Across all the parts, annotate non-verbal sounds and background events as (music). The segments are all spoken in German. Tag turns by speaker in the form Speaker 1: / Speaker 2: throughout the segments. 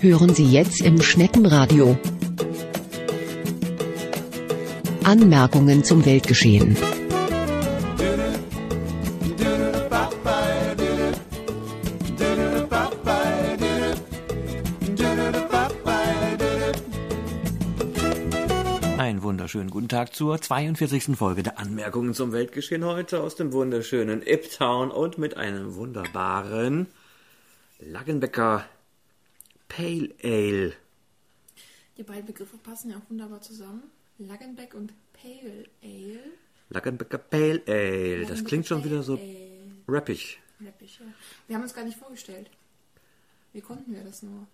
Speaker 1: Hören Sie jetzt im Schneckenradio. Anmerkungen zum Weltgeschehen.
Speaker 2: Einen wunderschönen guten Tag zur 42. Folge der Anmerkungen zum Weltgeschehen heute aus dem wunderschönen Iptown und mit einem wunderbaren Laggenbecker Pale Ale.
Speaker 3: Die beiden Begriffe passen ja auch wunderbar zusammen. Lagenbeck und Pale Ale.
Speaker 2: Laggenbecker Pale Ale. Das klingt schon wieder so
Speaker 3: Ale.
Speaker 2: rappig.
Speaker 3: Läppisch, ja. Wir haben uns gar nicht vorgestellt. Wie konnten wir das nur?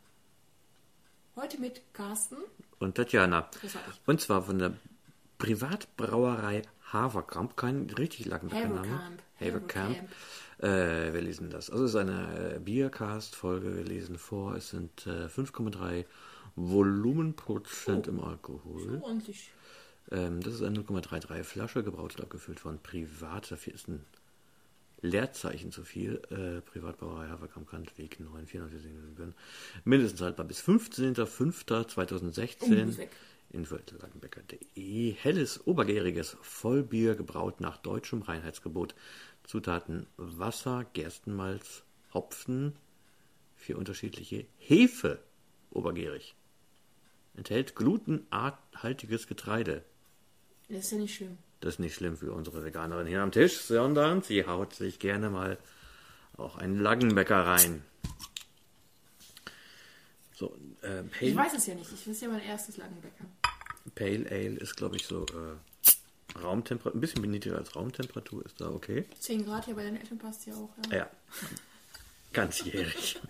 Speaker 3: Heute mit Carsten.
Speaker 2: Und Tatjana.
Speaker 3: Das war ich.
Speaker 2: Und zwar von der Privatbrauerei Haverkamp. Kein richtig Laggenbecker Name.
Speaker 3: Haverkamp.
Speaker 2: Haverkamp.
Speaker 3: Haverkamp.
Speaker 2: Äh, wir lesen das. Also es ist eine äh, Biercast-Folge. Wir lesen vor. Es sind äh, 5,3 Volumenprozent im Alkohol.
Speaker 3: So ordentlich.
Speaker 2: Ähm, das ist eine 0,33 Flasche, gebraut und abgefüllt von Privat. Dafür ist ein Leerzeichen zu viel. Äh, Privatbrauerei Haverkamp Kant, Weg 9, 447 Köln. Mindestens haltbar bis 15.05.2016
Speaker 3: Unbedingt weg.
Speaker 2: in viertellangenbecker.de. Helles, obergäriges Vollbier, gebraut nach deutschem Reinheitsgebot. Zutaten Wasser, Gerstenmalz, Hopfen, vier unterschiedliche Hefe, obergärig. Enthält glutenarthaltiges Getreide.
Speaker 3: Das ist ja nicht schlimm.
Speaker 2: Das ist nicht schlimm für unsere Veganerin hier am Tisch, sondern sie haut sich gerne mal auch einen Laggenbäcker rein. So, äh,
Speaker 3: Ich
Speaker 2: Pale,
Speaker 3: weiß es ja nicht. Ich weiß ja mein erstes Lagenbecker.
Speaker 2: Pale Ale ist, glaube ich, so äh, Raumtemperatur, ein bisschen niedriger als Raumtemperatur, ist da okay. Ah
Speaker 3: 10 Grad hier bei den Eltern passt ja auch. Ja.
Speaker 2: Ja, ganzjährig.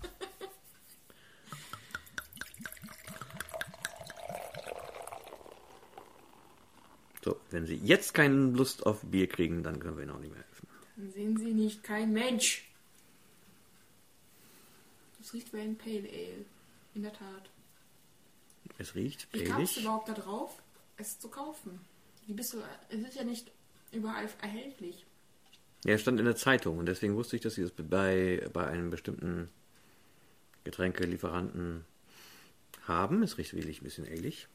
Speaker 2: So, wenn Sie jetzt keine Lust auf Bier kriegen, dann können wir Ihnen auch nicht mehr helfen.
Speaker 3: Dann sehen Sie nicht kein Mensch. Das riecht wie ein Pale Ale. In der Tat.
Speaker 2: Es riecht
Speaker 3: Wie kamst du
Speaker 2: pelig.
Speaker 3: überhaupt darauf, es zu kaufen? Wie bist du, es ist ja nicht überall erhältlich.
Speaker 2: Ja, es stand in der Zeitung und deswegen wusste ich, dass sie es bei, bei einem bestimmten Getränkelieferanten haben. Es riecht wirklich ein bisschen ähnlich.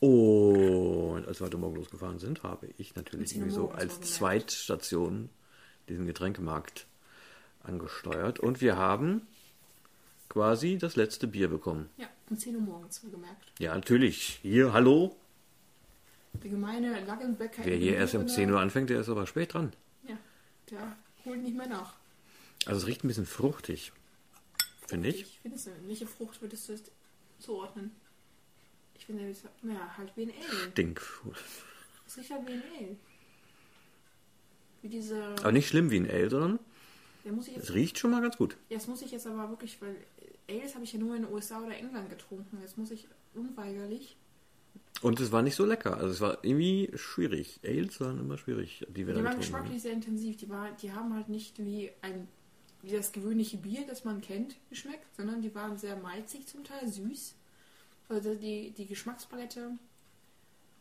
Speaker 2: Und als wir heute Morgen losgefahren sind, habe ich natürlich
Speaker 3: zehn Uhr
Speaker 2: irgendwie so
Speaker 3: morgens
Speaker 2: als
Speaker 3: wohlgemerkt.
Speaker 2: Zweitstation diesen Getränkemarkt angesteuert. Und wir haben quasi das letzte Bier bekommen.
Speaker 3: Ja, um 10 Uhr morgens, wohlgemerkt.
Speaker 2: Ja, natürlich. Hier, hallo.
Speaker 3: Der gemeine Laggenbäcker.
Speaker 2: Wer
Speaker 3: in
Speaker 2: hier erst um
Speaker 3: Lübeck,
Speaker 2: 10 Uhr anfängt, der ist aber spät dran.
Speaker 3: Ja, der holt nicht mehr nach.
Speaker 2: Also es riecht ein bisschen fruchtig. Finde ich.
Speaker 3: Ich finde es nicht. Welche Frucht würdest du es zuordnen? Ich finde, es- ja, halt wie ein Ale.
Speaker 2: Stinkfuhl.
Speaker 3: Es riecht halt wie ein Ale. Wie diese.
Speaker 2: Aber nicht schlimm wie ein Ale, sondern
Speaker 3: Da muss ich jetzt,
Speaker 2: es riecht schon mal ganz gut.
Speaker 3: jetzt muss ich jetzt aber wirklich, weil äh, Ales habe ich ja nur in den USA oder England getrunken. Jetzt muss ich unweigerlich.
Speaker 2: Und es war nicht so lecker. Also es war irgendwie schwierig. Ales waren immer schwierig, die wir
Speaker 3: Die
Speaker 2: da
Speaker 3: waren
Speaker 2: getrunken haben.
Speaker 3: geschmacklich sehr intensiv. Die, war, die haben halt nicht wie ein wie das gewöhnliche Bier, das man kennt, geschmeckt, sondern die waren sehr malzig zum Teil, süß. Also die, die Geschmackspalette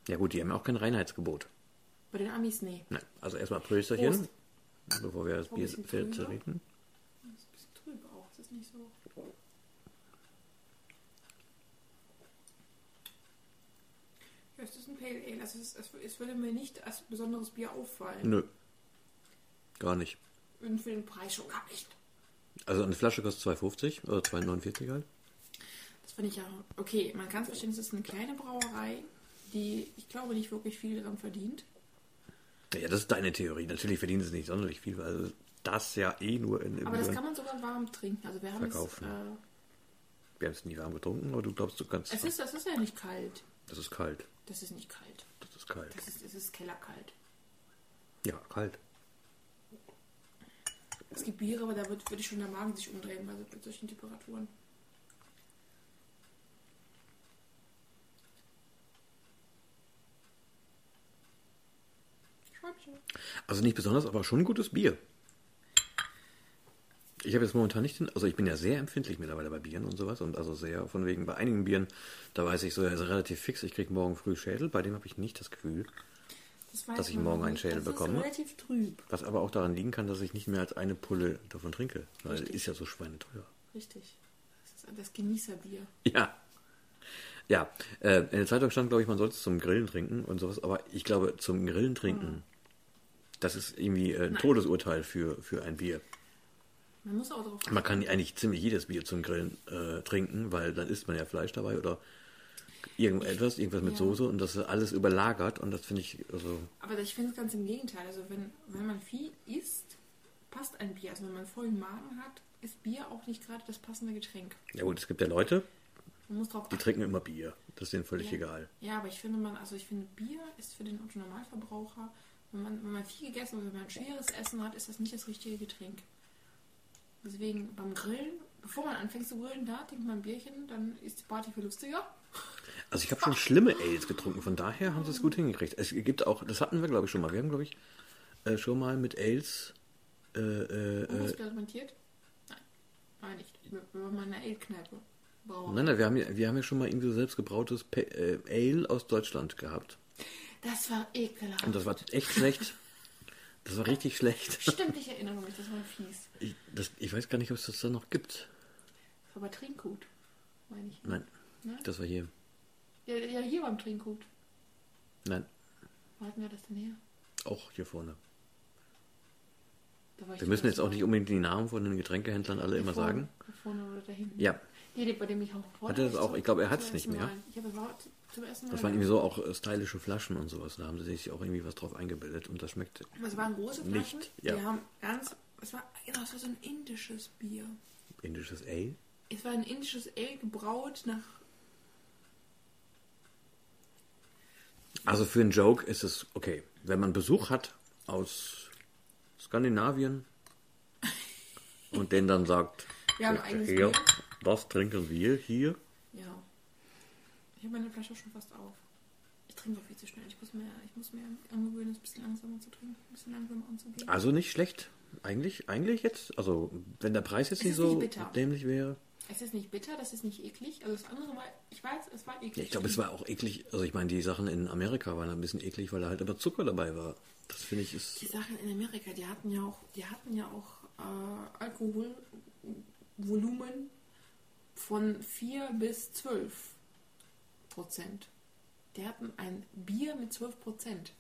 Speaker 2: Ja gut, die haben ja auch kein Reinheitsgebot.
Speaker 3: bei den Amis, nee.
Speaker 2: Nein. Also erstmal Prösterchen,
Speaker 3: Prost.
Speaker 2: bevor wir das
Speaker 3: Oh,
Speaker 2: Bier
Speaker 3: bisschen trüber.
Speaker 2: zerreden.
Speaker 3: Das ist ein bisschen trüb auch, das ist nicht so. Ja, es ist ein Pale Ale, also es, es, es würde mir nicht als besonderes Bier auffallen.
Speaker 2: Nö. Gar nicht.
Speaker 3: Und für den Preis schon gar nicht.
Speaker 2: Also eine Flasche kostet 2,50 oder 2,49 halt.
Speaker 3: Das finde ich ja. Okay, man kann es verstehen, es ist eine kleine Brauerei, die ich glaube nicht wirklich viel daran verdient.
Speaker 2: Ja, das ist deine Theorie. Natürlich verdienen sie nicht sonderlich viel, weil das ja eh nur in
Speaker 3: Aber das
Speaker 2: Imbüren-
Speaker 3: kann man sogar warm trinken. Also wir haben
Speaker 2: Verkaufen.
Speaker 3: es.
Speaker 2: Wir haben es nie warm getrunken, aber du glaubst, du kannst.
Speaker 3: Äh, es ist, das ist ja nicht kalt.
Speaker 2: das ist kalt.
Speaker 3: Das ist nicht kalt.
Speaker 2: Das ist kalt.
Speaker 3: Das ist, es ist kellerkalt.
Speaker 2: Ja, kalt.
Speaker 3: Es gibt Biere, aber da wird, würde schon der Magen sich umdrehen, also mit solchen Temperaturen. Schäumchen.
Speaker 2: Also nicht besonders, aber schon ein gutes Bier. Ich habe jetzt momentan nicht den, also ich bin ja sehr empfindlich mittlerweile bei Bieren und sowas und also sehr von wegen bei einigen Bieren, da weiß ich so, er ist relativ fix, ich kriege morgen früh Schädel, bei dem habe ich nicht das Gefühl.
Speaker 3: Das weiß
Speaker 2: Dass ich
Speaker 3: man
Speaker 2: morgen
Speaker 3: noch
Speaker 2: einen
Speaker 3: nicht.
Speaker 2: Schädel
Speaker 3: das
Speaker 2: bekomme?
Speaker 3: Ist relativ trüb.
Speaker 2: Was aber auch daran liegen kann, dass ich nicht mehr als eine Pulle davon trinke, weil
Speaker 3: Richtig.
Speaker 2: ist ja so schweineteuer. (laughs)
Speaker 3: Richtig. Das ist das Genießerbier.
Speaker 2: Ja. Ja, äh, in der Zeitung stand, glaube ich, man sollte es zum Grillen trinken und sowas, aber ich glaube, zum Grillen trinken, das ist irgendwie äh, ein Todesurteil für, für ein Bier.
Speaker 3: Man muss auch drauf
Speaker 2: Man kann eigentlich ziemlich jedes Bier zum Grillen äh, trinken, weil dann isst man ja Fleisch dabei oder irgendetwas, irgendwas mit
Speaker 3: Ja.
Speaker 2: Soße und das ist alles überlagert und das finde ich, also,
Speaker 3: Aber ich finde es ganz im Gegenteil. Also wenn, wenn man viel isst, passt ein Bier. Also wenn man vollen Magen hat, ist Bier auch nicht gerade das passende Getränk.
Speaker 2: ja gut, es gibt ja Leute,
Speaker 3: Man muss drauf
Speaker 2: die trinken immer Bier. Das ist denen völlig
Speaker 3: Ja.
Speaker 2: egal.
Speaker 3: Ja, aber ich finde man, also ich finde Bier ist für den Autonormalverbraucher, wenn man, wenn man viel gegessen und wenn man schweres Essen hat, ist das nicht das richtige Getränk. Deswegen beim Grillen, bevor man anfängt zu grillen, da trinkt man ein Bierchen, dann ist die Party viel lustiger.
Speaker 2: Also ich habe schon schlimme Ales getrunken, von daher haben sie es gut hingekriegt. Es gibt auch, das hatten wir glaube ich schon mal, wir haben glaube ich äh, schon mal mit Ales äh, äh,
Speaker 3: Äh,
Speaker 2: äh,
Speaker 3: Experimentiert? Nein, aber nicht. Wenn man eine Ale-Kneipe braucht.
Speaker 2: Nein, nein, wir haben, ja- wir haben ja schon mal irgendwie so selbstgebrautes Pe äh, Ale aus Deutschland gehabt.
Speaker 3: Das war ekelhaft.
Speaker 2: Und das war echt schlecht. Das war richtig schlecht.
Speaker 3: Stimmt, ich erinnere mich, das war fies.
Speaker 2: Ich, das, ich weiß gar nicht, ob es das da noch gibt.
Speaker 3: Das war bei Trinkgut, meine ich.
Speaker 2: Nein,
Speaker 3: Nein?
Speaker 2: das war hier.
Speaker 3: Ja, ja, hier beim Trinkgut.
Speaker 2: Nein,
Speaker 3: Wo hatten wir das denn her?
Speaker 2: auch hier vorne.
Speaker 3: Da war ich
Speaker 2: Wir müssen
Speaker 3: da-
Speaker 2: jetzt auch nicht unbedingt die Namen von den Getränkehändlern alle
Speaker 3: Da
Speaker 2: immer
Speaker 3: vorne-
Speaker 2: sagen.
Speaker 3: Da vorne oder da hinten.
Speaker 2: Ja,
Speaker 3: Der, der, bei dem ich auch vorne
Speaker 2: Hat er das
Speaker 3: war,
Speaker 2: auch?
Speaker 3: zum-
Speaker 2: Ich glaube, er hat's
Speaker 3: zum
Speaker 2: nicht
Speaker 3: ersten
Speaker 2: mehr.
Speaker 3: Mal. Ich habe überhaupt zum ersten Mal.
Speaker 2: das waren irgendwie so auch äh, stylische Flaschen und sowas. Da haben sie sich auch irgendwie was drauf eingebildet und das schmeckt.
Speaker 3: Es waren große
Speaker 2: Nicht,
Speaker 3: Flaschen.
Speaker 2: ja.
Speaker 3: Die haben ganz. Es war, genau, es war so ein indisches Bier.
Speaker 2: Indisches Ale?
Speaker 3: Es war ein indisches Ale gebraut nach.
Speaker 2: Also für einen Joke ist es okay. Wenn man Besuch hat aus
Speaker 3: (laughs)
Speaker 2: Skandinavien und den dann sagt, äh,
Speaker 3: Wir haben eigenes
Speaker 2: hier,
Speaker 3: Bier.
Speaker 2: das trinken wir hier.
Speaker 3: Ja. Ich habe meine Flasche auch schon fast auf. Ich trinke doch viel zu schnell. Ich muss mir, ich muss mir angewöhnen, es ein bisschen langsamer zu trinken, ein bisschen langsamer anzugehen.
Speaker 2: Also nicht schlecht. Eigentlich, eigentlich jetzt, also wenn der Preis jetzt
Speaker 3: Es
Speaker 2: nicht
Speaker 3: ist
Speaker 2: so
Speaker 3: nicht bitter.
Speaker 2: dämlich wäre.
Speaker 3: Es ist nicht bitter, das ist nicht eklig. Also das andere war, ich weiß, es war eklig.
Speaker 2: Ja, ich glaube, es war auch eklig. Also ich meine, die Sachen in Amerika waren ein bisschen eklig, weil da halt immer Zucker dabei war. Das finde ich ist.
Speaker 3: Die Sachen in Amerika, die hatten ja auch, die hatten ja auch äh, Alkoholvolumen von 4 bis 12 Prozent. Die hatten ein Bier mit 12 Prozent.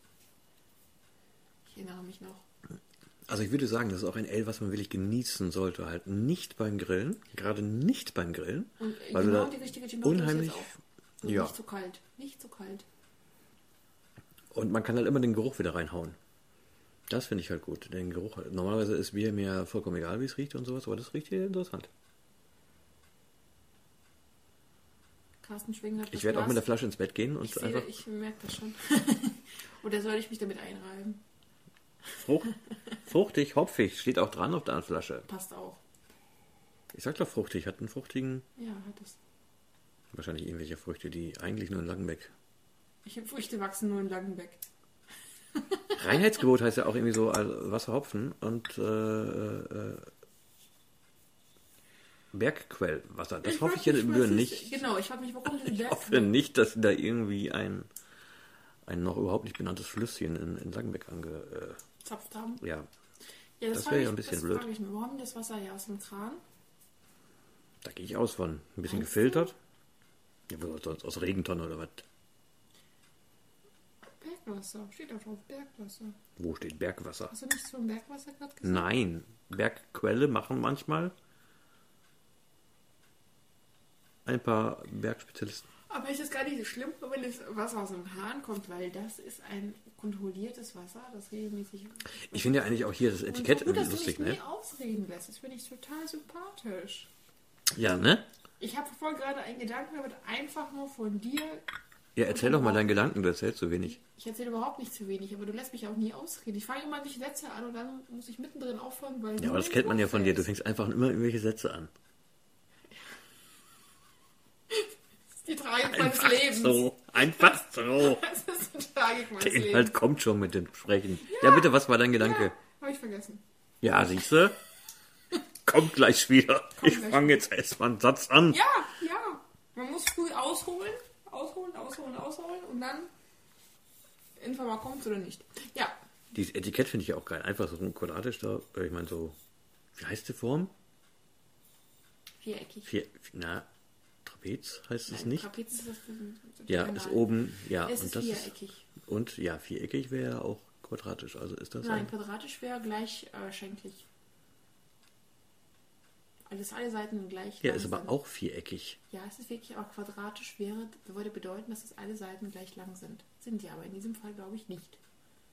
Speaker 3: Ich erinnere mich noch.
Speaker 2: Also ich würde sagen, das ist auch ein Ale, was man wirklich genießen sollte. Halt nicht beim Grillen, gerade nicht beim Grillen.
Speaker 3: Und äh,
Speaker 2: weil du
Speaker 3: genau
Speaker 2: da
Speaker 3: die richtige Temperatur
Speaker 2: unheimlich.
Speaker 3: ist jetzt auch.
Speaker 2: Ja.
Speaker 3: Nicht zu kalt. Nicht zu kalt.
Speaker 2: Und man kann halt immer den Geruch wieder reinhauen. Das finde ich halt gut. Den Geruch. halt. Normalerweise ist Bier mir ja vollkommen egal, wie es riecht und sowas, aber das riecht hier interessant.
Speaker 3: Carsten Schwingler. hat
Speaker 2: Ich
Speaker 3: das
Speaker 2: werde auch
Speaker 3: Glas.
Speaker 2: mit der Flasche ins Bett gehen und
Speaker 3: Ich, sehe,
Speaker 2: einfach
Speaker 3: ich merke das schon. (laughs) Oder soll ich mich damit einreiben?
Speaker 2: Frucht, fruchtig, hopfig steht auch dran auf der Flasche.
Speaker 3: Passt auch.
Speaker 2: Ich sag doch fruchtig, hat einen fruchtigen,
Speaker 3: Ja, hat es.
Speaker 2: wahrscheinlich irgendwelche Früchte, die eigentlich nur in Langenbeck.
Speaker 3: Ich habe Früchte wachsen nur in Langenbeck.
Speaker 2: Reinheitsgebot heißt ja auch irgendwie so also Wasser, Hopfen und äh, äh, Bergquellwasser. Das hoffe ich hier in Büren nicht.
Speaker 3: Genau, ich frage mich, warum
Speaker 2: (laughs)
Speaker 3: diese
Speaker 2: Ich
Speaker 3: Berg.
Speaker 2: hoffe nicht, dass da irgendwie ein, ein noch überhaupt nicht benanntes Flüsschen in, in Langenbeck ange.
Speaker 3: gezapft haben.
Speaker 2: Äh, ja,
Speaker 3: Ja,
Speaker 2: Das
Speaker 3: frage
Speaker 2: wäre ja
Speaker 3: ich-
Speaker 2: ein bisschen
Speaker 3: das
Speaker 2: blöd.
Speaker 3: frage Ich mich, warum haben die das Wasser hier aus dem Kran?
Speaker 2: da gehe ich aus von. Ein bisschen
Speaker 3: Meinst du?
Speaker 2: gefiltert. Ja, wo sonst aus Regentonne oder was?
Speaker 3: Bergwasser. Steht da drauf, Bergwasser. Also
Speaker 2: Wo steht Bergwasser?
Speaker 3: Hast du nichts vom Bergwasser gerade gesagt?
Speaker 2: Nein, Bergquelle machen manchmal ein paar Bergspezialisten.
Speaker 3: Aber es ist gar nicht so schlimm, wenn das Wasser aus dem Hahn kommt, weil das ist ein kontrolliertes Wasser, das regelmäßig.
Speaker 2: Ich finde ja eigentlich auch hier das Etikett
Speaker 3: und
Speaker 2: irgendwie
Speaker 3: so gut, dass
Speaker 2: lustig,
Speaker 3: du dich
Speaker 2: ne?
Speaker 3: nie ausreden lässt. Das finde ich total sympathisch.
Speaker 2: Ja, ne?
Speaker 3: Ich habe voll gerade einen Gedanken, der wird einfach nur von dir.
Speaker 2: Ja, erzähl doch mal deinen Gedanken, du erzählst zu wenig.
Speaker 3: Ich erzähle überhaupt nicht zu wenig, aber du lässt mich auch nie ausreden. Ich fange immer nicht Sätze an und dann muss ich mittendrin aufhören, weil.
Speaker 2: Ja, aber das kennt man ja von dir, du fängst einfach immer irgendwelche Sätze an.
Speaker 3: Die Tragik meines Lebens.
Speaker 2: so, einfach so.
Speaker 3: (laughs) Das ist die Tragik meines
Speaker 2: Der
Speaker 3: Lebens.
Speaker 2: Inhalt kommt schon mit dem Sprechen. Ja, bitte, was war dein Gedanke?
Speaker 3: Habe ich vergessen.
Speaker 2: Ja, siehst du? Kommt gleich wieder. ich
Speaker 3: gleich
Speaker 2: fange jetzt erstmal einen Satz an.
Speaker 3: Ja, ja. Man muss früh ausholen, ausholen, ausholen, ausholen und dann entweder mal kommt oder nicht. Ja,
Speaker 2: Dieses Etikett finde ich auch geil. Einfach so quadratisch da, äh, ich meine so, wie heißt die Form?
Speaker 3: Viereckig.
Speaker 2: Vier, na, Trapez heißt es
Speaker 3: Nein,
Speaker 2: nicht?
Speaker 3: Trapez ist das Genau. für, für
Speaker 2: Ja,
Speaker 3: den
Speaker 2: ist
Speaker 3: Kanal.
Speaker 2: oben, ja.
Speaker 3: Es
Speaker 2: und
Speaker 3: ist
Speaker 2: das
Speaker 3: viereckig.
Speaker 2: Ist, und ja, viereckig wäre ja auch quadratisch. Also ist das
Speaker 3: Nein,
Speaker 2: ein.
Speaker 3: quadratisch wäre gleich äh, schenklich. Alles Also alle Seiten gleich.
Speaker 2: Ja,
Speaker 3: lang
Speaker 2: ist aber
Speaker 3: sind.
Speaker 2: auch viereckig.
Speaker 3: Ja, es ist wirklich, aber quadratisch wäre, würde bedeuten, dass es alle Seiten gleich lang sind. Sind die aber in diesem Fall, glaube ich, nicht.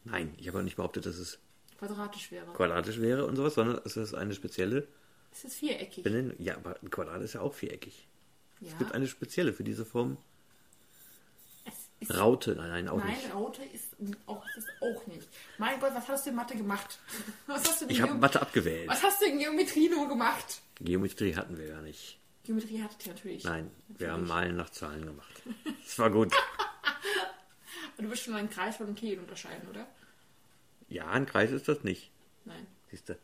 Speaker 2: Nein, ich habe auch nicht behauptet, dass es
Speaker 3: Quadratisch wäre.
Speaker 2: quadratisch wäre und sowas, sondern es ist eine spezielle
Speaker 3: es ist viereckig.
Speaker 2: Benennung. Ja, aber ein Quadrat ist ja auch viereckig.
Speaker 3: ja.
Speaker 2: Es gibt eine spezielle für diese Form.
Speaker 3: es ist,
Speaker 2: Raute, nein, nein, auch
Speaker 3: nein,
Speaker 2: nicht.
Speaker 3: Raute ist auch, ist auch nicht. Mein Gott, was hast du in Mathe gemacht? (laughs) Was hast du in
Speaker 2: Ich habe
Speaker 3: Geo-
Speaker 2: Mathe abgewählt.
Speaker 3: Was hast du in Geometrie nur gemacht?
Speaker 2: Geometrie hatten wir gar nicht.
Speaker 3: Geometrie hattet ihr natürlich.
Speaker 2: Nein, wir haben
Speaker 3: Natürlich.
Speaker 2: Malen nach Zahlen gemacht. (laughs) Das war gut.
Speaker 3: Aber du bist schon einen Kreis von einem Kegel unterscheiden, oder?
Speaker 2: Ja, ein Kreis ist das nicht.
Speaker 3: Nein.
Speaker 2: Siehst du,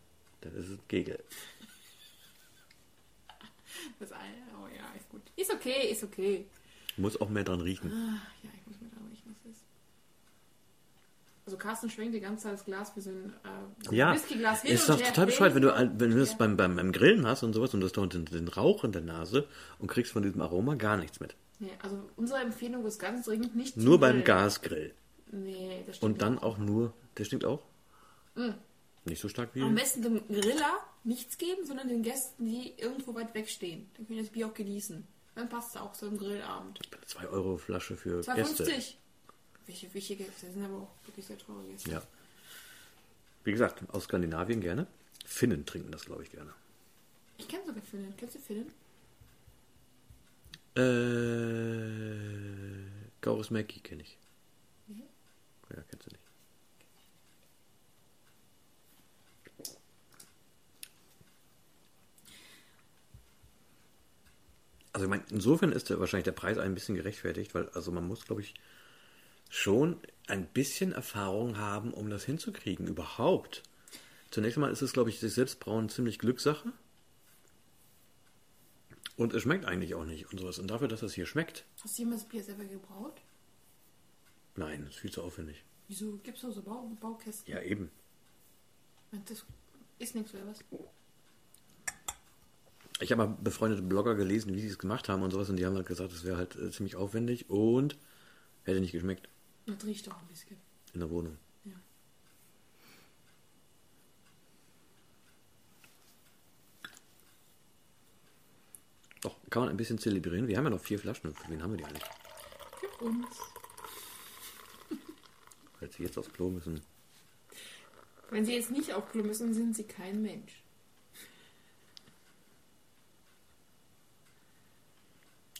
Speaker 2: das ist ein Kegel.
Speaker 3: Das eine, oh ja, ist gut. Ist okay, ist okay.
Speaker 2: Muss auch mehr dran riechen.
Speaker 3: Ach, ja, ich muss mir da riechen, was ist. Also Carsten schwenkt die ganze Zeit das Glas wie so ein äh,
Speaker 2: Ja,
Speaker 3: Whiskyglas hin
Speaker 2: ist doch
Speaker 3: und her,
Speaker 2: total
Speaker 3: hin
Speaker 2: bescheuert, wenn du,
Speaker 3: und
Speaker 2: wenn du das
Speaker 3: her.
Speaker 2: beim, beim, beim Grillen hast und sowas und das da unten den Rauch in der Nase und kriegst von diesem Aroma gar nichts mit.
Speaker 3: Nee, also unsere Empfehlung ist ganz dringend nicht.
Speaker 2: Nur
Speaker 3: zu
Speaker 2: beim
Speaker 3: grillen.
Speaker 2: Gasgrill.
Speaker 3: Nee, das stimmt.
Speaker 2: Und dann auch nur, der stinkt auch?
Speaker 3: Mm.
Speaker 2: Nicht so stark wie.
Speaker 3: Am besten dem Griller nichts geben, sondern den Gästen, die irgendwo weit weg stehen. Dann können die das Bier auch genießen. Dann passt es auch so im Grillabend.
Speaker 2: 2 Euro Flasche für Gäste.
Speaker 3: 2,50. Welche, welche Gäste? Das sind aber auch wirklich sehr teure Gäste.
Speaker 2: Ja. Wie gesagt, aus Skandinavien gerne. Finnen trinken das, glaube ich, gerne.
Speaker 3: Ich kenne sogar Finnen. Kennst du Finnen?
Speaker 2: Äh, Gaurus Mäki kenne ich. Ja, kennst du nicht. Also ich meine, insofern ist der, wahrscheinlich der Preis ein bisschen gerechtfertigt, weil also man muss, glaube ich, schon ein bisschen Erfahrung haben, um das hinzukriegen überhaupt. Zunächst einmal ist es, glaube ich, sich selbst brauen ziemlich Glückssache. Und es schmeckt eigentlich auch nicht und sowas. Und dafür, dass es hier schmeckt,
Speaker 3: Hast du jemals Bier selber gebraut?
Speaker 2: nein, ist viel zu aufwendig.
Speaker 3: Wieso gibt es noch so Bau Baukästen?
Speaker 2: Ja, eben.
Speaker 3: Das ist nichts oder was?
Speaker 2: Ich habe mal befreundete Blogger gelesen, wie sie es gemacht haben und sowas. Und die haben halt gesagt, es wäre halt äh, ziemlich aufwendig und hätte nicht geschmeckt
Speaker 3: Das riecht doch ein bisschen.
Speaker 2: in der Wohnung.
Speaker 3: Ja.
Speaker 2: Doch, kann man ein bisschen zelebrieren. Wir haben ja noch vier Flaschen. Für wen haben wir die eigentlich?
Speaker 3: Für uns.
Speaker 2: Als wir jetzt aufs Klo müssen.
Speaker 3: Wenn sie jetzt nicht auf Klo müssen, sind sie kein Mensch.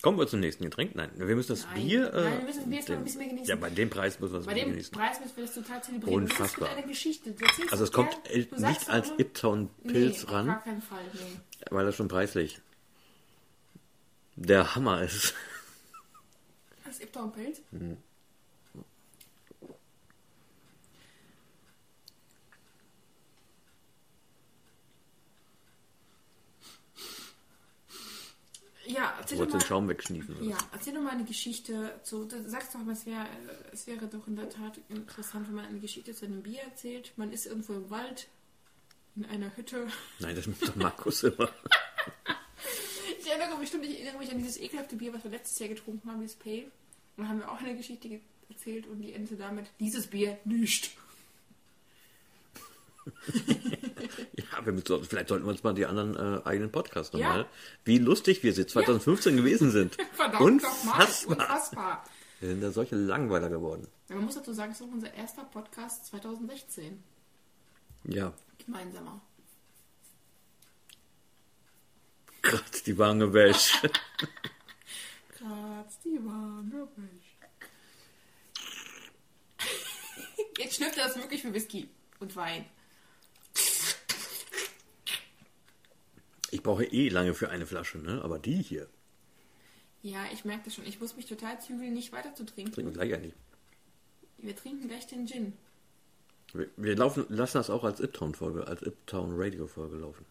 Speaker 2: Kommen wir zum nächsten Getränk? Nein, wir müssen das
Speaker 3: Nein.
Speaker 2: Bier. äh,
Speaker 3: Nein, wir müssen das Bier erstmal ein bisschen mehr genießen.
Speaker 2: Ja, bei dem Preis müssen wir das
Speaker 3: Bei
Speaker 2: Bier
Speaker 3: dem
Speaker 2: genießen.
Speaker 3: Preis müssen wir das total zelebrieren.
Speaker 2: Unfassbar.
Speaker 3: Das ist eine Geschichte. Du erzählst
Speaker 2: Also es
Speaker 3: es
Speaker 2: kommt
Speaker 3: gern,
Speaker 2: äh,
Speaker 3: du sagst
Speaker 2: nicht
Speaker 3: es
Speaker 2: als
Speaker 3: nur-
Speaker 2: Iptown-Pilz
Speaker 3: nee, Auf
Speaker 2: ran,
Speaker 3: gar keinen Fall. Nee.
Speaker 2: weil das schon preislich der Hammer ist.
Speaker 3: Das Iptown-Pilz? Ja, erzähl
Speaker 2: Wollte
Speaker 3: doch
Speaker 2: den
Speaker 3: mal.
Speaker 2: Schaum wegschniefen.
Speaker 3: Ja, erzähl doch mal eine Geschichte zu. Du sagst doch mal, es, wär, es wäre doch in der Tat interessant, wenn man eine Geschichte zu einem Bier erzählt. Man ist irgendwo im Wald, in einer Hütte.
Speaker 2: Nein, das macht doch Markus immer.
Speaker 3: Ich erinnere mich stimmt, ich erinnere mich an dieses ekelhafte Bier, was wir letztes Jahr getrunken haben, dieses Pale. Und da haben wir auch eine Geschichte ge- erzählt und die endete damit, dieses Bier nicht. (laughs)
Speaker 2: Ja, wir müssen, vielleicht sollten wir uns mal die anderen äh, eigenen Podcasts
Speaker 3: Ja.
Speaker 2: nochmal. Wie lustig wir seit 2015 gewesen sind.
Speaker 3: (laughs) Verdammt nochmal,
Speaker 2: Unfassbar.
Speaker 3: unfassbar.
Speaker 2: Wir sind da solche Langweiler geworden.
Speaker 3: Ja, man muss dazu sagen, es ist auch unser erster Podcast 2016.
Speaker 2: Ja,
Speaker 3: Gemeinsamer.
Speaker 2: kratzt die Wange
Speaker 3: (laughs)
Speaker 2: wäsch.
Speaker 3: Kratz die warme Wäsche. (laughs) Jetzt schlüpft er das wirklich für Whisky und Wein.
Speaker 2: Ich brauche eh lange für eine Flasche, ne? Aber die hier
Speaker 3: Ja, ich merke das schon. Ich muss mich total zügeln, nicht weiter zu trinken.
Speaker 2: trinken wir gleich eigentlich.
Speaker 3: Wir trinken gleich den Gin.
Speaker 2: Wir, wir laufen, lassen das auch als Iptown-Folge, als Iptown-Radio-Folge laufen.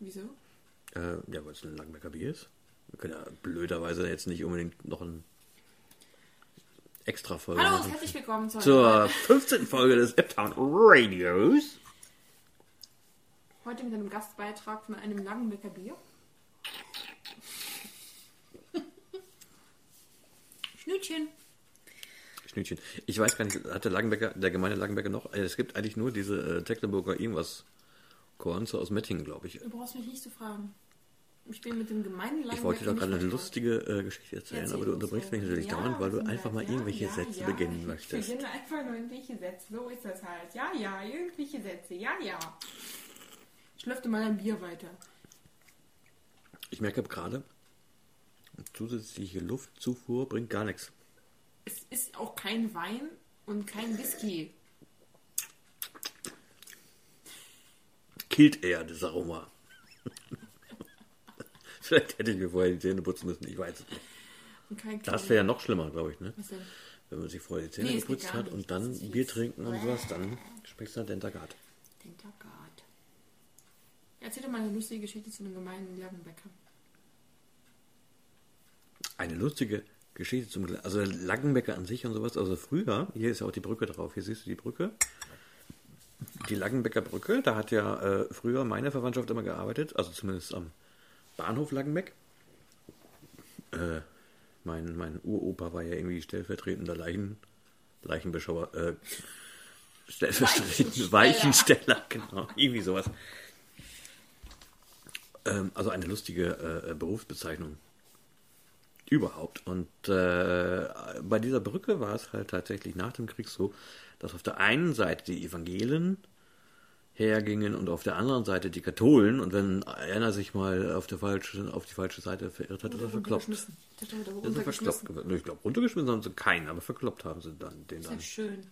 Speaker 3: Wieso?
Speaker 2: Äh, ja, weil es ein Langbecker Bier ist. Wir können ja blöderweise jetzt nicht unbedingt noch ein extra Folge
Speaker 3: Hallo und
Speaker 2: machen.
Speaker 3: herzlich willkommen zur
Speaker 2: Zur 15. Folge des Eptown Radios.
Speaker 3: Heute mit einem Gastbeitrag von einem Langenbecker Bier. Schnütchen.
Speaker 2: Schnütchen. Ich weiß gar nicht, hatte Lagenbecker, der gemeine Lagenbecker noch? Äh, Es gibt eigentlich nur diese äh, Tecklenburger irgendwas. Kornze aus Mettingen, glaube ich.
Speaker 3: Du brauchst mich nicht zu fragen. Ich bin mit dem gemeinen
Speaker 2: Ich wollte dir doch gerade eine
Speaker 3: nicht
Speaker 2: lustige äh, Geschichte erzählen,
Speaker 3: Erzähl
Speaker 2: aber du
Speaker 3: uns
Speaker 2: unterbrichst
Speaker 3: doch.
Speaker 2: mich natürlich
Speaker 3: Ja,
Speaker 2: dauernd, weil du
Speaker 3: sind
Speaker 2: einfach
Speaker 3: wir-
Speaker 2: mal
Speaker 3: ja,
Speaker 2: irgendwelche
Speaker 3: ja,
Speaker 2: Sätze
Speaker 3: ja.
Speaker 2: beginnen
Speaker 3: Ich
Speaker 2: möchtest.
Speaker 3: beginne einfach nur irgendwelche Sätze. So ist das halt. Ja, ja, irgendwelche Sätze. Ja, ja. Schlürfte mal ein Bier weiter.
Speaker 2: Ich merke gerade, zusätzliche Luftzufuhr bringt gar nichts.
Speaker 3: Es ist auch kein Wein und kein Whisky.
Speaker 2: Killt eher das Aroma. (laughs) Vielleicht hätte ich mir vorher die Zähne putzen müssen, ich weiß es nicht.
Speaker 3: Und kein
Speaker 2: Das wäre ja noch schlimmer, glaube ich, ne?
Speaker 3: Was denn?
Speaker 2: Wenn man sich vorher die Zähne
Speaker 3: Nee, es geht
Speaker 2: geputzt
Speaker 3: gar
Speaker 2: hat
Speaker 3: nicht.
Speaker 2: und
Speaker 3: Das
Speaker 2: dann
Speaker 3: ist fies.
Speaker 2: Bier trinken und sowas, dann schmeckt es nach Dentagat.
Speaker 3: Dentergard. Erzähl doch mal eine lustige Geschichte zu einem gemeinen Lagenbecker.
Speaker 2: Eine lustige Geschichte zum Gla- also Lackenbecker an sich und sowas. Also früher, hier ist ja auch die Brücke drauf. Hier siehst du die Brücke. Die Lackenbecker Brücke, da hat ja äh, früher meine Verwandtschaft immer gearbeitet, also zumindest am Bahnhof Lackenbeck. Äh, mein, mein Uropa war ja irgendwie stellvertretender Leichen, Leichenbeschauer, äh, stellvertretender Weichensteller, (laughs) genau, irgendwie sowas. Ähm, also eine lustige äh, Berufsbezeichnung überhaupt. Und äh, bei dieser Brücke war es halt tatsächlich nach dem Krieg so, dass auf der einen Seite die Evangelen hergingen und auf der anderen Seite die Katholen. Und wenn einer sich mal auf, der falschen, auf die falsche Seite verirrt hat, ist er verkloppt. Ist
Speaker 3: Runtergeschmissen. Das hat er
Speaker 2: er
Speaker 3: runtergeschmissen.
Speaker 2: Also verkloppt. geworden. Ich glaube, runtergeschmissen haben sie keinen, aber verkloppt haben sie dann den
Speaker 3: Das ist
Speaker 2: dann.
Speaker 3: ja schön.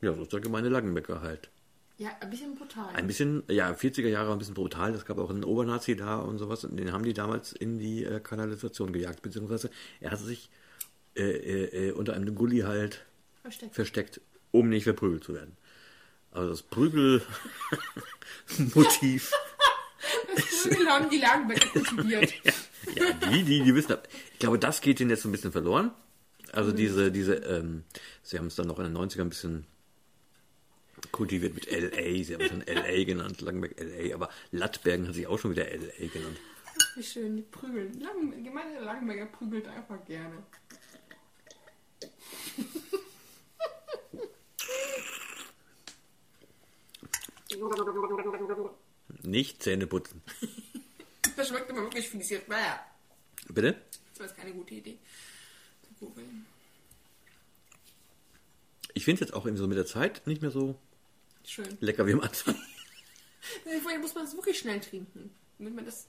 Speaker 2: Ja, so ist der gemeine Lackenbecker halt.
Speaker 3: Ja, ein bisschen brutal.
Speaker 2: Ein bisschen, ja, 40er Jahre ein bisschen brutal. Es gab auch einen Obernazi da und sowas. Und den haben die damals in die äh, Kanalisation gejagt. Beziehungsweise er hat sich äh, äh, äh, unter einem Gully halt
Speaker 3: Versteckt.
Speaker 2: versteckt, um nicht verprügelt zu werden. Also das
Speaker 3: (laughs)
Speaker 2: Prügelmotiv.
Speaker 3: Vögel haben die Lagenbecker kultiviert.
Speaker 2: (laughs) ja, die, die, die wissen. Ich glaube, das geht ihnen jetzt ein bisschen verloren. Also diese, diese, ähm, sie haben es dann noch in den 90ern ein bisschen kultiviert mit LA. Sie haben es dann LA genannt, Langenberg LA. Aber Lattbergen hat sich auch schon wieder LA genannt.
Speaker 3: Wie schön, die prügeln. Lang, gemeine Langenberger prügelt einfach gerne.
Speaker 2: Nicht Zähne putzen.
Speaker 3: Das schmeckt immer wirklich fies. Jetzt, bäh.
Speaker 2: Bitte?
Speaker 3: Das war jetzt keine gute Idee. Zu googeln.
Speaker 2: Ich finde es jetzt auch eben so mit der Zeit nicht mehr so
Speaker 3: Schön.
Speaker 2: lecker wie am Anfang.
Speaker 3: Vorher muss man es wirklich schnell trinken. Damit man das,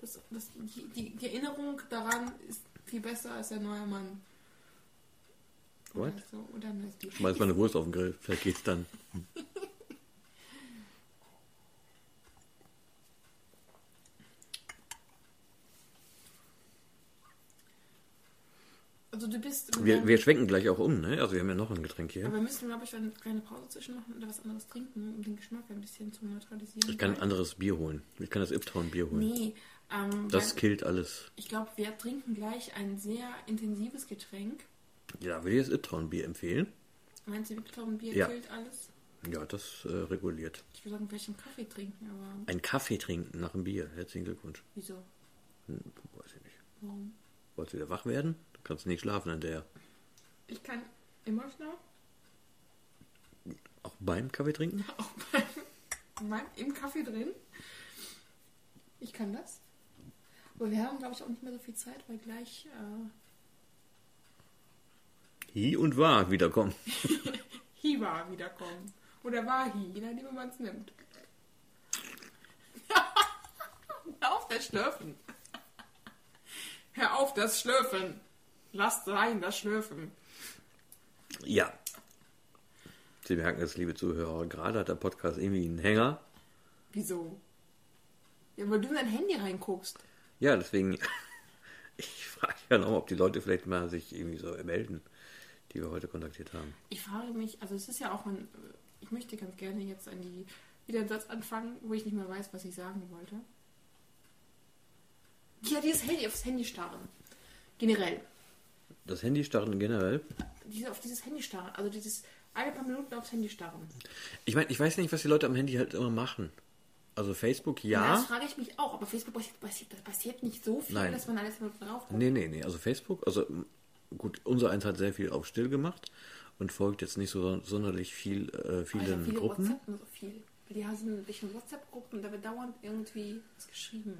Speaker 3: das, das, die, die, die Erinnerung daran ist viel besser als der neue Mann.
Speaker 2: What?
Speaker 3: Oder so, oder ein neues Bier.
Speaker 2: Schmeiß mal eine Wurst auf den Grill, vielleicht geht's dann.
Speaker 3: Also du bist. im
Speaker 2: Wir,
Speaker 3: Moment-
Speaker 2: wir schwenken gleich auch um, ne? Also wir haben ja noch ein Getränk hier.
Speaker 3: aber wir müssen, glaube ich, eine kleine Pause zwischen machen oder was anderes trinken, um den Geschmack ein bisschen zu neutralisieren.
Speaker 2: Ich kann ein anderes Bier holen. Ich kann das Iptown-Bier holen.
Speaker 3: Nee, ähm,
Speaker 2: Das
Speaker 3: weil
Speaker 2: killt alles.
Speaker 3: ich glaube, wir trinken gleich ein sehr intensives Getränk.
Speaker 2: Ja, würde ich das Iptown-Bier empfehlen?
Speaker 3: Meinst du, Victor, ein Bier
Speaker 2: Ja.
Speaker 3: killt alles?
Speaker 2: Ja, das äh, reguliert.
Speaker 3: Ich würde sagen, vielleicht einen Kaffee trinken, aber
Speaker 2: Ein Kaffee trinken nach dem Bier. Herzlichen Glückwunsch.
Speaker 3: wieso?
Speaker 2: Hm, weiß ich nicht.
Speaker 3: Warum?
Speaker 2: Wolltest du wieder wach werden? Du kannst nicht schlafen an der.
Speaker 3: Ich kann immer schnell
Speaker 2: Auch beim Kaffee trinken?
Speaker 3: auch beim, beim, im Kaffee drin. Ich kann das. Aber wir haben, glaube ich, auch nicht mehr so viel Zeit, weil gleich äh,
Speaker 2: Hi und war wiederkommen.
Speaker 3: Hiwa wiederkommt. Oder Wahi, je nachdem, wie man es nimmt. (laughs) Hör auf das Schlürfen. Hör auf das Schlürfen. Lasst sein das Schlürfen.
Speaker 2: Ja. Sie merken es, liebe Zuhörer, gerade hat der Podcast irgendwie einen Hänger.
Speaker 3: Wieso? Ja, weil du in dein Handy reinguckst.
Speaker 2: Ja, deswegen, (laughs) ich frage ja nochmal, ob die Leute vielleicht mal sich irgendwie so melden, die wir heute kontaktiert haben.
Speaker 3: Ich frage mich, also es ist ja auch ein, ich möchte ganz gerne jetzt an die, wieder einen Satz anfangen, wo ich nicht mehr weiß, was ich sagen wollte. Ja, dieses Handy, aufs Handy starren. Generell.
Speaker 2: Das Handy starren generell.
Speaker 3: Diese, auf dieses Handy starren. Also dieses, alle paar Minuten aufs Handy starren.
Speaker 2: Ich meine, ich weiß nicht, was die Leute am Handy halt immer machen. Also Facebook, ja.
Speaker 3: Das frage ich mich auch, aber Facebook passiert, passiert, das passiert nicht so viel,
Speaker 2: Nein.
Speaker 3: dass man alles mal drauf guckt.
Speaker 2: Nee, nee, nee. Also Facebook, also m- gut, unser eins hat sehr viel auf still gemacht und folgt jetzt nicht so sonderlich viel äh,
Speaker 3: Aber ich hab
Speaker 2: vielen
Speaker 3: viele
Speaker 2: Gruppen.
Speaker 3: WhatsApp nur so viel. Weil Die haben welche WhatsApp-Gruppen, da wird dauernd irgendwie was geschrieben.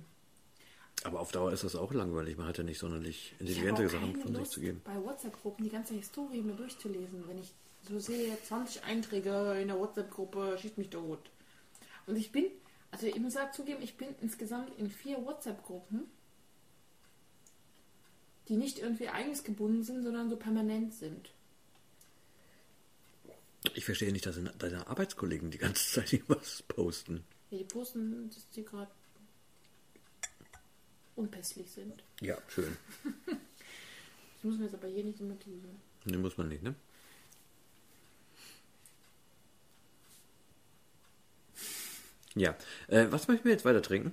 Speaker 2: Aber auf Dauer ist das auch langweilig. Man hat ja nicht sonderlich
Speaker 3: Ich habe
Speaker 2: intelligente
Speaker 3: auch
Speaker 2: Sachen
Speaker 3: keine
Speaker 2: von sich
Speaker 3: Lust,
Speaker 2: zu geben.
Speaker 3: bei WhatsApp-Gruppen die ganze Historie mir durchzulesen. Wenn ich so sehe, 20 Einträge in der WhatsApp-Gruppe, schießt mich tot. Und ich bin, also ich muss sagen, zugeben, ich bin insgesamt in vier WhatsApp-Gruppen, die nicht irgendwie ereignisgebunden sind, sondern so permanent sind.
Speaker 2: Ich verstehe nicht, dass deine Arbeitskollegen die ganze (laughs) Zeit irgendwas posten.
Speaker 3: Ja, Die posten, dass die gerade unpässlich sind.
Speaker 2: Ja, schön.
Speaker 3: Das müssen wir jetzt aber hier nicht immer tun.
Speaker 2: Nee, muss man nicht, ne? Ja. Äh, was möchten wir jetzt weiter trinken?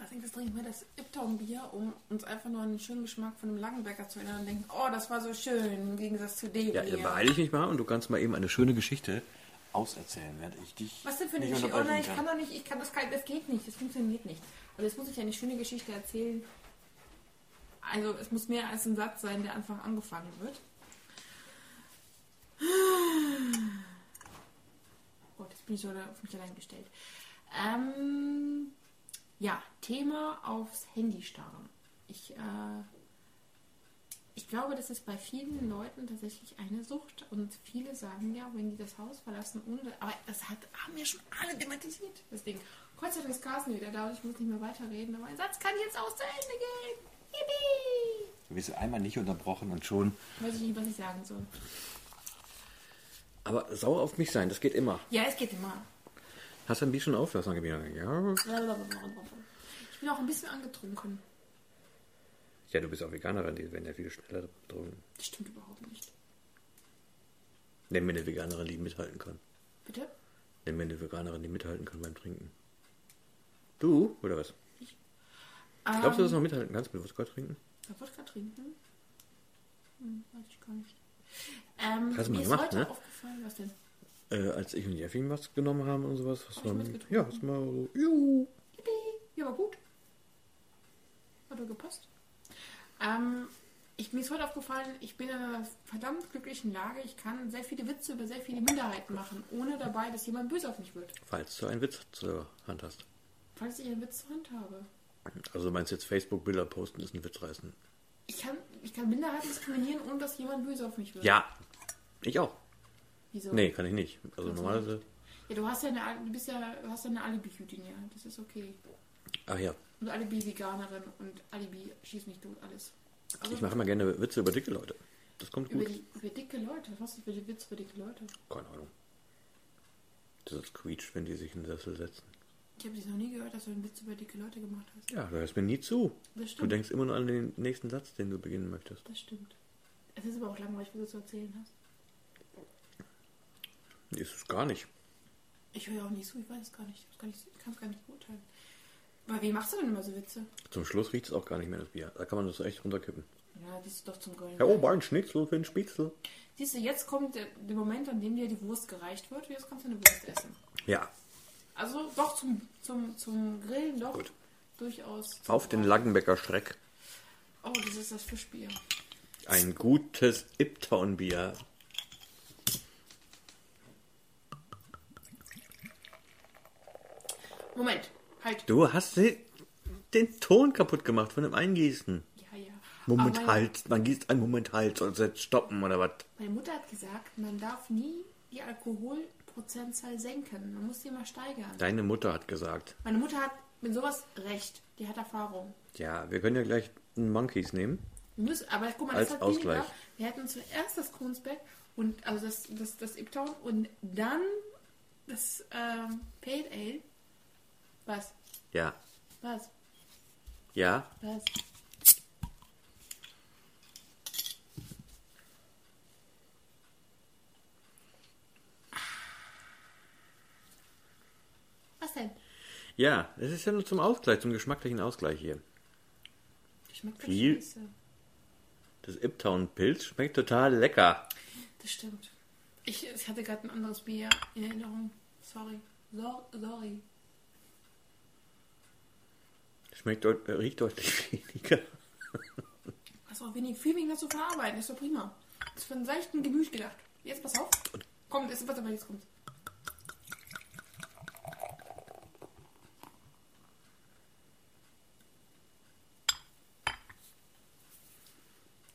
Speaker 3: Als nächstes trinken wir das Ipton-Bier, um uns einfach nur an den schönen Geschmack von dem Langenbecker zu erinnern und denken, oh, das war so schön, im Gegensatz zu dem
Speaker 2: Ja,
Speaker 3: hier.
Speaker 2: beeile ich mich mal und du kannst mal eben eine schöne Geschichte auserzählen, während ich dich.
Speaker 3: Was denn für eine
Speaker 2: nicht
Speaker 3: Geschichte? Oh
Speaker 2: unterbrechen
Speaker 3: nein, ich kann doch nicht, ich kann das, kann, das geht nicht, das funktioniert nicht. Und jetzt muss ich eine schöne Geschichte erzählen. Also es muss mehr als ein Satz sein, der einfach angefangen wird. (sighs) Gott, jetzt bin ich so da- auf mich allein gestellt. Ähm, ja, Thema aufs Handy starren. Ich, äh, ich glaube, das ist bei vielen Leuten tatsächlich eine Sucht. Und viele sagen ja, wenn die das Haus verlassen, ohne. Aber das hat, haben ja schon alle thematisiert, das Ding. Kurz hat das Carsten wieder da und ich muss nicht mehr weiterreden. Aber ein Satz kann jetzt auch zu Ende gehen. Yippie!
Speaker 2: Du wirst einmal nicht unterbrochen und schon.
Speaker 3: Weiß ich nicht, was ich sagen soll.
Speaker 2: Aber sauer auf mich sein, das geht immer.
Speaker 3: Ja, es geht immer.
Speaker 2: Hast du ein bisschen auf? Das sagen wir, ja.
Speaker 3: Ich bin auch ein bisschen angetrunken.
Speaker 2: Ja, du bist auch Veganerin, die werden ja viel schneller drüben.
Speaker 3: Das stimmt überhaupt nicht.
Speaker 2: Nehmen wir eine Veganerin, die mithalten kann.
Speaker 3: Bitte?
Speaker 2: Nehmen wir eine Veganerin, die mithalten kann beim Trinken. Du, oder was?
Speaker 3: Ähm.
Speaker 2: Glaubst du, dass du noch mithalten kannst mit Wodka trinken?
Speaker 3: Soll Wodka trinken? Hm, weiß ich gar nicht. Ähm,
Speaker 2: Hast du mal
Speaker 3: mir ist
Speaker 2: gemacht,
Speaker 3: heute
Speaker 2: ne?
Speaker 3: aufgefallen, was denn?
Speaker 2: Äh, als ich und Jeffy was genommen haben und sowas, hast
Speaker 3: Hab
Speaker 2: du
Speaker 3: ich
Speaker 2: mal-
Speaker 3: mitgetrunken.
Speaker 2: Ja, hast du mal so. Juhu.
Speaker 3: Yippie. Ja, war gut. Hat doch gepasst. Ähm, ich, mir ist heute aufgefallen, ich bin in einer verdammt glücklichen Lage. Ich kann sehr viele Witze über sehr viele Minderheiten machen, ohne dabei, dass jemand böse auf mich wird.
Speaker 2: Falls du einen Witz zur Hand hast.
Speaker 3: Falls ich einen Witz zur Hand habe.
Speaker 2: Also du meinst jetzt Facebook-Bilder posten ist ein Witz reißen?
Speaker 3: Ich kann, ich kann Minderheiten diskriminieren, ohne dass jemand böse auf mich wird.
Speaker 2: Ja. Ich auch.
Speaker 3: Wieso?
Speaker 2: Nee, kann ich nicht. Also
Speaker 3: Kannst du
Speaker 2: normalerweise.
Speaker 3: Ja, du hast ja eine, du bist ja, du hast ja eine Alibi-Hütin, ja. Das ist okay.
Speaker 2: Ach ja.
Speaker 3: Und Alibi-Veganerin und Alibi schieß mich tot, alles. Also
Speaker 2: Ich mache immer gerne Witze über dicke Leute. Das kommt
Speaker 3: über,
Speaker 2: gut.
Speaker 3: die, über dicke Leute. Was ist für die Witz für dicke Leute?
Speaker 2: Keine Ahnung. Das ist quietscht, wenn die sich in den Sessel setzen.
Speaker 3: Ich habe dich noch nie gehört, dass du einen Witz über dicke Leute gemacht hast.
Speaker 2: Ja, du hörst mir nie zu.
Speaker 3: Das
Speaker 2: Du
Speaker 3: stimmt.
Speaker 2: denkst immer nur an den nächsten Satz, den du beginnen möchtest.
Speaker 3: Das stimmt. Es ist aber auch langweilig, was du zu erzählen hast.
Speaker 2: Nee, Ist es gar nicht.
Speaker 3: Ich höre ja auch nicht zu, ich weiß es gar nicht. Ich kann es gar nicht- kann's gar nicht beurteilen. Aber wie machst du denn immer so Witze?
Speaker 2: Zum Schluss riecht es auch gar nicht mehr das Bier. Da kann man das echt runterkippen.
Speaker 3: Ja, siehst du doch zum Goldenen.
Speaker 2: Ja, oh, ein Schnitzel für einen Spitzel.
Speaker 3: Siehst du, jetzt kommt der, der Moment, an dem dir die Wurst gereicht wird. Jetzt kannst du eine Wurst essen.
Speaker 2: Ja,
Speaker 3: Also doch zum, zum, zum Grillen, doch.
Speaker 2: Gut.
Speaker 3: Durchaus.
Speaker 2: auf den Laggenbecker Schreck.
Speaker 3: Oh, das ist das Fischbier.
Speaker 2: Ein gutes Iptown-Bier.
Speaker 3: Moment, halt.
Speaker 2: Du hast den, den Ton kaputt gemacht von dem Eingießen.
Speaker 3: Ja, ja.
Speaker 2: Moment
Speaker 3: Aber meine,
Speaker 2: halt. Man gießt einen Moment halt und setzt stoppen oder was?
Speaker 3: meine Mutter hat gesagt, man darf nie die Alkoholprozentzahl senken. Man muss die immer steigern.
Speaker 2: Deine Mutter hat gesagt.
Speaker 3: Meine Mutter hat mit sowas recht. Die hat Erfahrung.
Speaker 2: Ja, wir können ja gleich einen Monkeys nehmen.
Speaker 3: Wir müssen, aber guck mal,
Speaker 2: Als
Speaker 3: das hat
Speaker 2: Ausgleich.
Speaker 3: weniger. Wir hatten zuerst das Kronzberg und also das, das, das Iptown und dann das ähm, Pale Ale. Was?
Speaker 2: Ja.
Speaker 3: Was?
Speaker 2: Ja.
Speaker 3: Was? Was denn?
Speaker 2: Ja, es ist ja nur zum Ausgleich, zum geschmacklichen Ausgleich hier.
Speaker 3: Schmeckt das
Speaker 2: Viel.
Speaker 3: Scheiße.
Speaker 2: Das Iptown-Pilz schmeckt total lecker.
Speaker 3: Das stimmt. Ich, ich hatte gerade ein anderes Bier in Erinnerung. Sorry. So, sorry.
Speaker 2: (laughs) Schmeckt deut äh, riecht deutlich weniger.
Speaker 3: hast auch wenig, viel weniger zu verarbeiten. Ist doch prima. Ist für ein seichten Gemüt gedacht. Jetzt pass auf. Kommt, ist was aber jetzt kommt.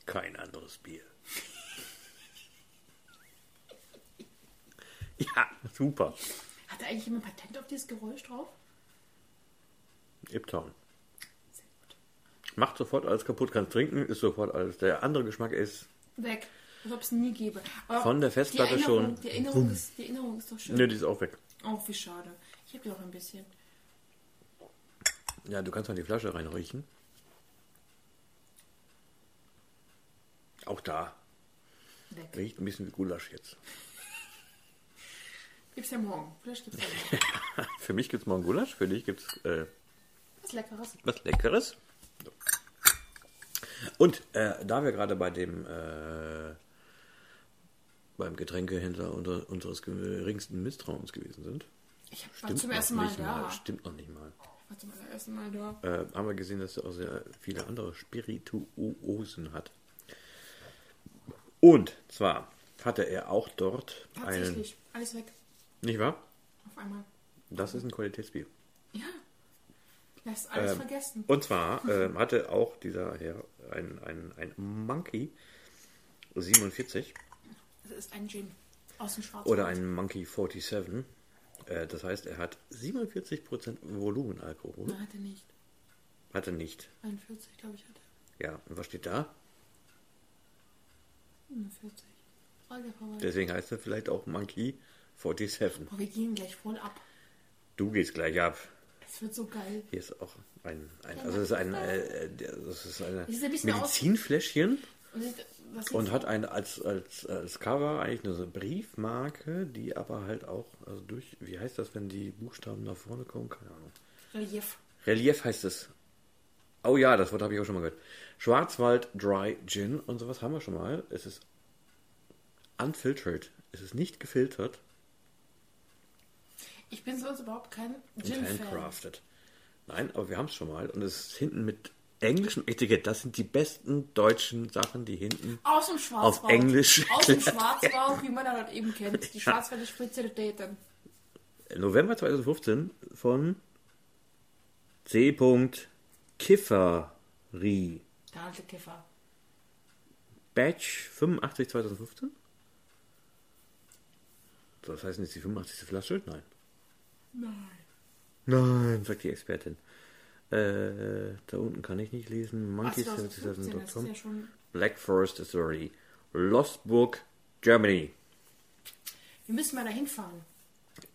Speaker 2: Kein anderes Bier. (laughs) ja, super.
Speaker 3: Hat da eigentlich jemand Patent auf dieses Geräusch drauf?
Speaker 2: Iptown.
Speaker 3: Sehr gut.
Speaker 2: Macht sofort alles kaputt, kannst trinken, ist sofort alles. Der andere Geschmack ist.
Speaker 3: Weg. Als ob es nie gäbe. Aber
Speaker 2: Von der
Speaker 3: die
Speaker 2: Festplatte
Speaker 3: Erinnerung-
Speaker 2: schon.
Speaker 3: Die Erinnerung, ist, die Erinnerung ist doch schön.
Speaker 2: Ne, die ist auch weg.
Speaker 3: Oh, wie schade. Ich habe dir auch ein bisschen.
Speaker 2: Ja, du kannst mal die Flasche reinriechen. Auch da.
Speaker 3: Weg.
Speaker 2: Riecht ein bisschen wie Gulasch jetzt.
Speaker 3: Gibt's ja morgen. Vielleicht gibt's ja
Speaker 2: (laughs)
Speaker 3: morgen.
Speaker 2: Für mich gibt's morgen Gulasch, für dich gibt's äh,
Speaker 3: Was Leckeres.
Speaker 2: was Leckeres. So. Und äh, da wir gerade bei dem äh, beim Getränkehändler unter, unseres geringsten Misstrauens gewesen sind,
Speaker 3: Ich hab, war zum ersten
Speaker 2: noch
Speaker 3: Mal
Speaker 2: nicht
Speaker 3: da.
Speaker 2: mal. Stimmt noch nicht mal.
Speaker 3: Ich war zum ersten Mal da.
Speaker 2: äh, haben wir gesehen, dass er auch sehr viele andere Spirituosen hat. Und zwar hatte er auch dort einen.
Speaker 3: Tatsächlich. Alles weg.
Speaker 2: Nicht wahr?
Speaker 3: Auf einmal.
Speaker 2: Das ist ein Qualitätsbier.
Speaker 3: Ja. Lass alles vergessen.
Speaker 2: Ähm, Und
Speaker 3: (laughs)
Speaker 2: zwar ähm, hatte auch dieser Herr ein, ein, ein Monkey 47
Speaker 3: Es ist ein Gin. Aus dem Schwarzen.
Speaker 2: oder ein Monkey 47. Äh, das heißt, er hat 47% Volumenalkohol.
Speaker 3: Nein, hat er nicht.
Speaker 2: Hatte nicht.
Speaker 3: 41, glaube ich, hat er.
Speaker 2: Ja, und was steht da?
Speaker 3: 41. Voll der Verwaltung.
Speaker 2: Deswegen heißt er vielleicht auch Monkey 47.
Speaker 3: Boah, wir gehen gleich voll ab.
Speaker 2: Du gehst gleich ab.
Speaker 3: Es wird so geil.
Speaker 2: Hier ist auch ein, ein also es ist ein, äh, äh, das ist eine
Speaker 3: Ist ein bisschen aus-
Speaker 2: Medizinfläschchen
Speaker 3: Und, das- das ist-
Speaker 2: und hat ein als, als, als Cover eigentlich nur so eine Briefmarke, die aber halt auch also durch, wie heißt das, wenn die Buchstaben nach vorne kommen? Keine Ahnung.
Speaker 3: Relief.
Speaker 2: Relief heißt es. Oh ja, das Wort habe ich auch schon mal gehört. Schwarzwald Dry Gin und sowas haben wir schon mal. Es ist unfiltered. Es ist nicht gefiltert
Speaker 3: Ich bin sonst überhaupt kein
Speaker 2: und
Speaker 3: Gin-Fan.
Speaker 2: handcrafted. Nein, aber wir haben es schon mal und es ist hinten mit englischem Etikett. Das sind die besten deutschen Sachen, die hinten.
Speaker 3: Aus dem Schwarzwald.
Speaker 2: Auf Englisch.
Speaker 3: Aus dem Schwarzwald, wie man das halt eben
Speaker 2: (laughs)
Speaker 3: kennt. Die Schwarzwälder Spezialitäten.
Speaker 2: äh, November 2015 von C. Kifferi.
Speaker 3: Der alte Kiffer.
Speaker 2: Batch 85 2015? So, das heißt jetzt die 85. Flasche? Nein.
Speaker 3: Nein.
Speaker 2: Nein, sagt die Expertin. Äh, da unten kann ich nicht lesen.
Speaker 3: Ach,
Speaker 2: Monkeys
Speaker 3: 2015, das ist ja schon.
Speaker 2: Black Forest Authority. Lostburg, Germany.
Speaker 3: Wir müssen mal da hinfahren.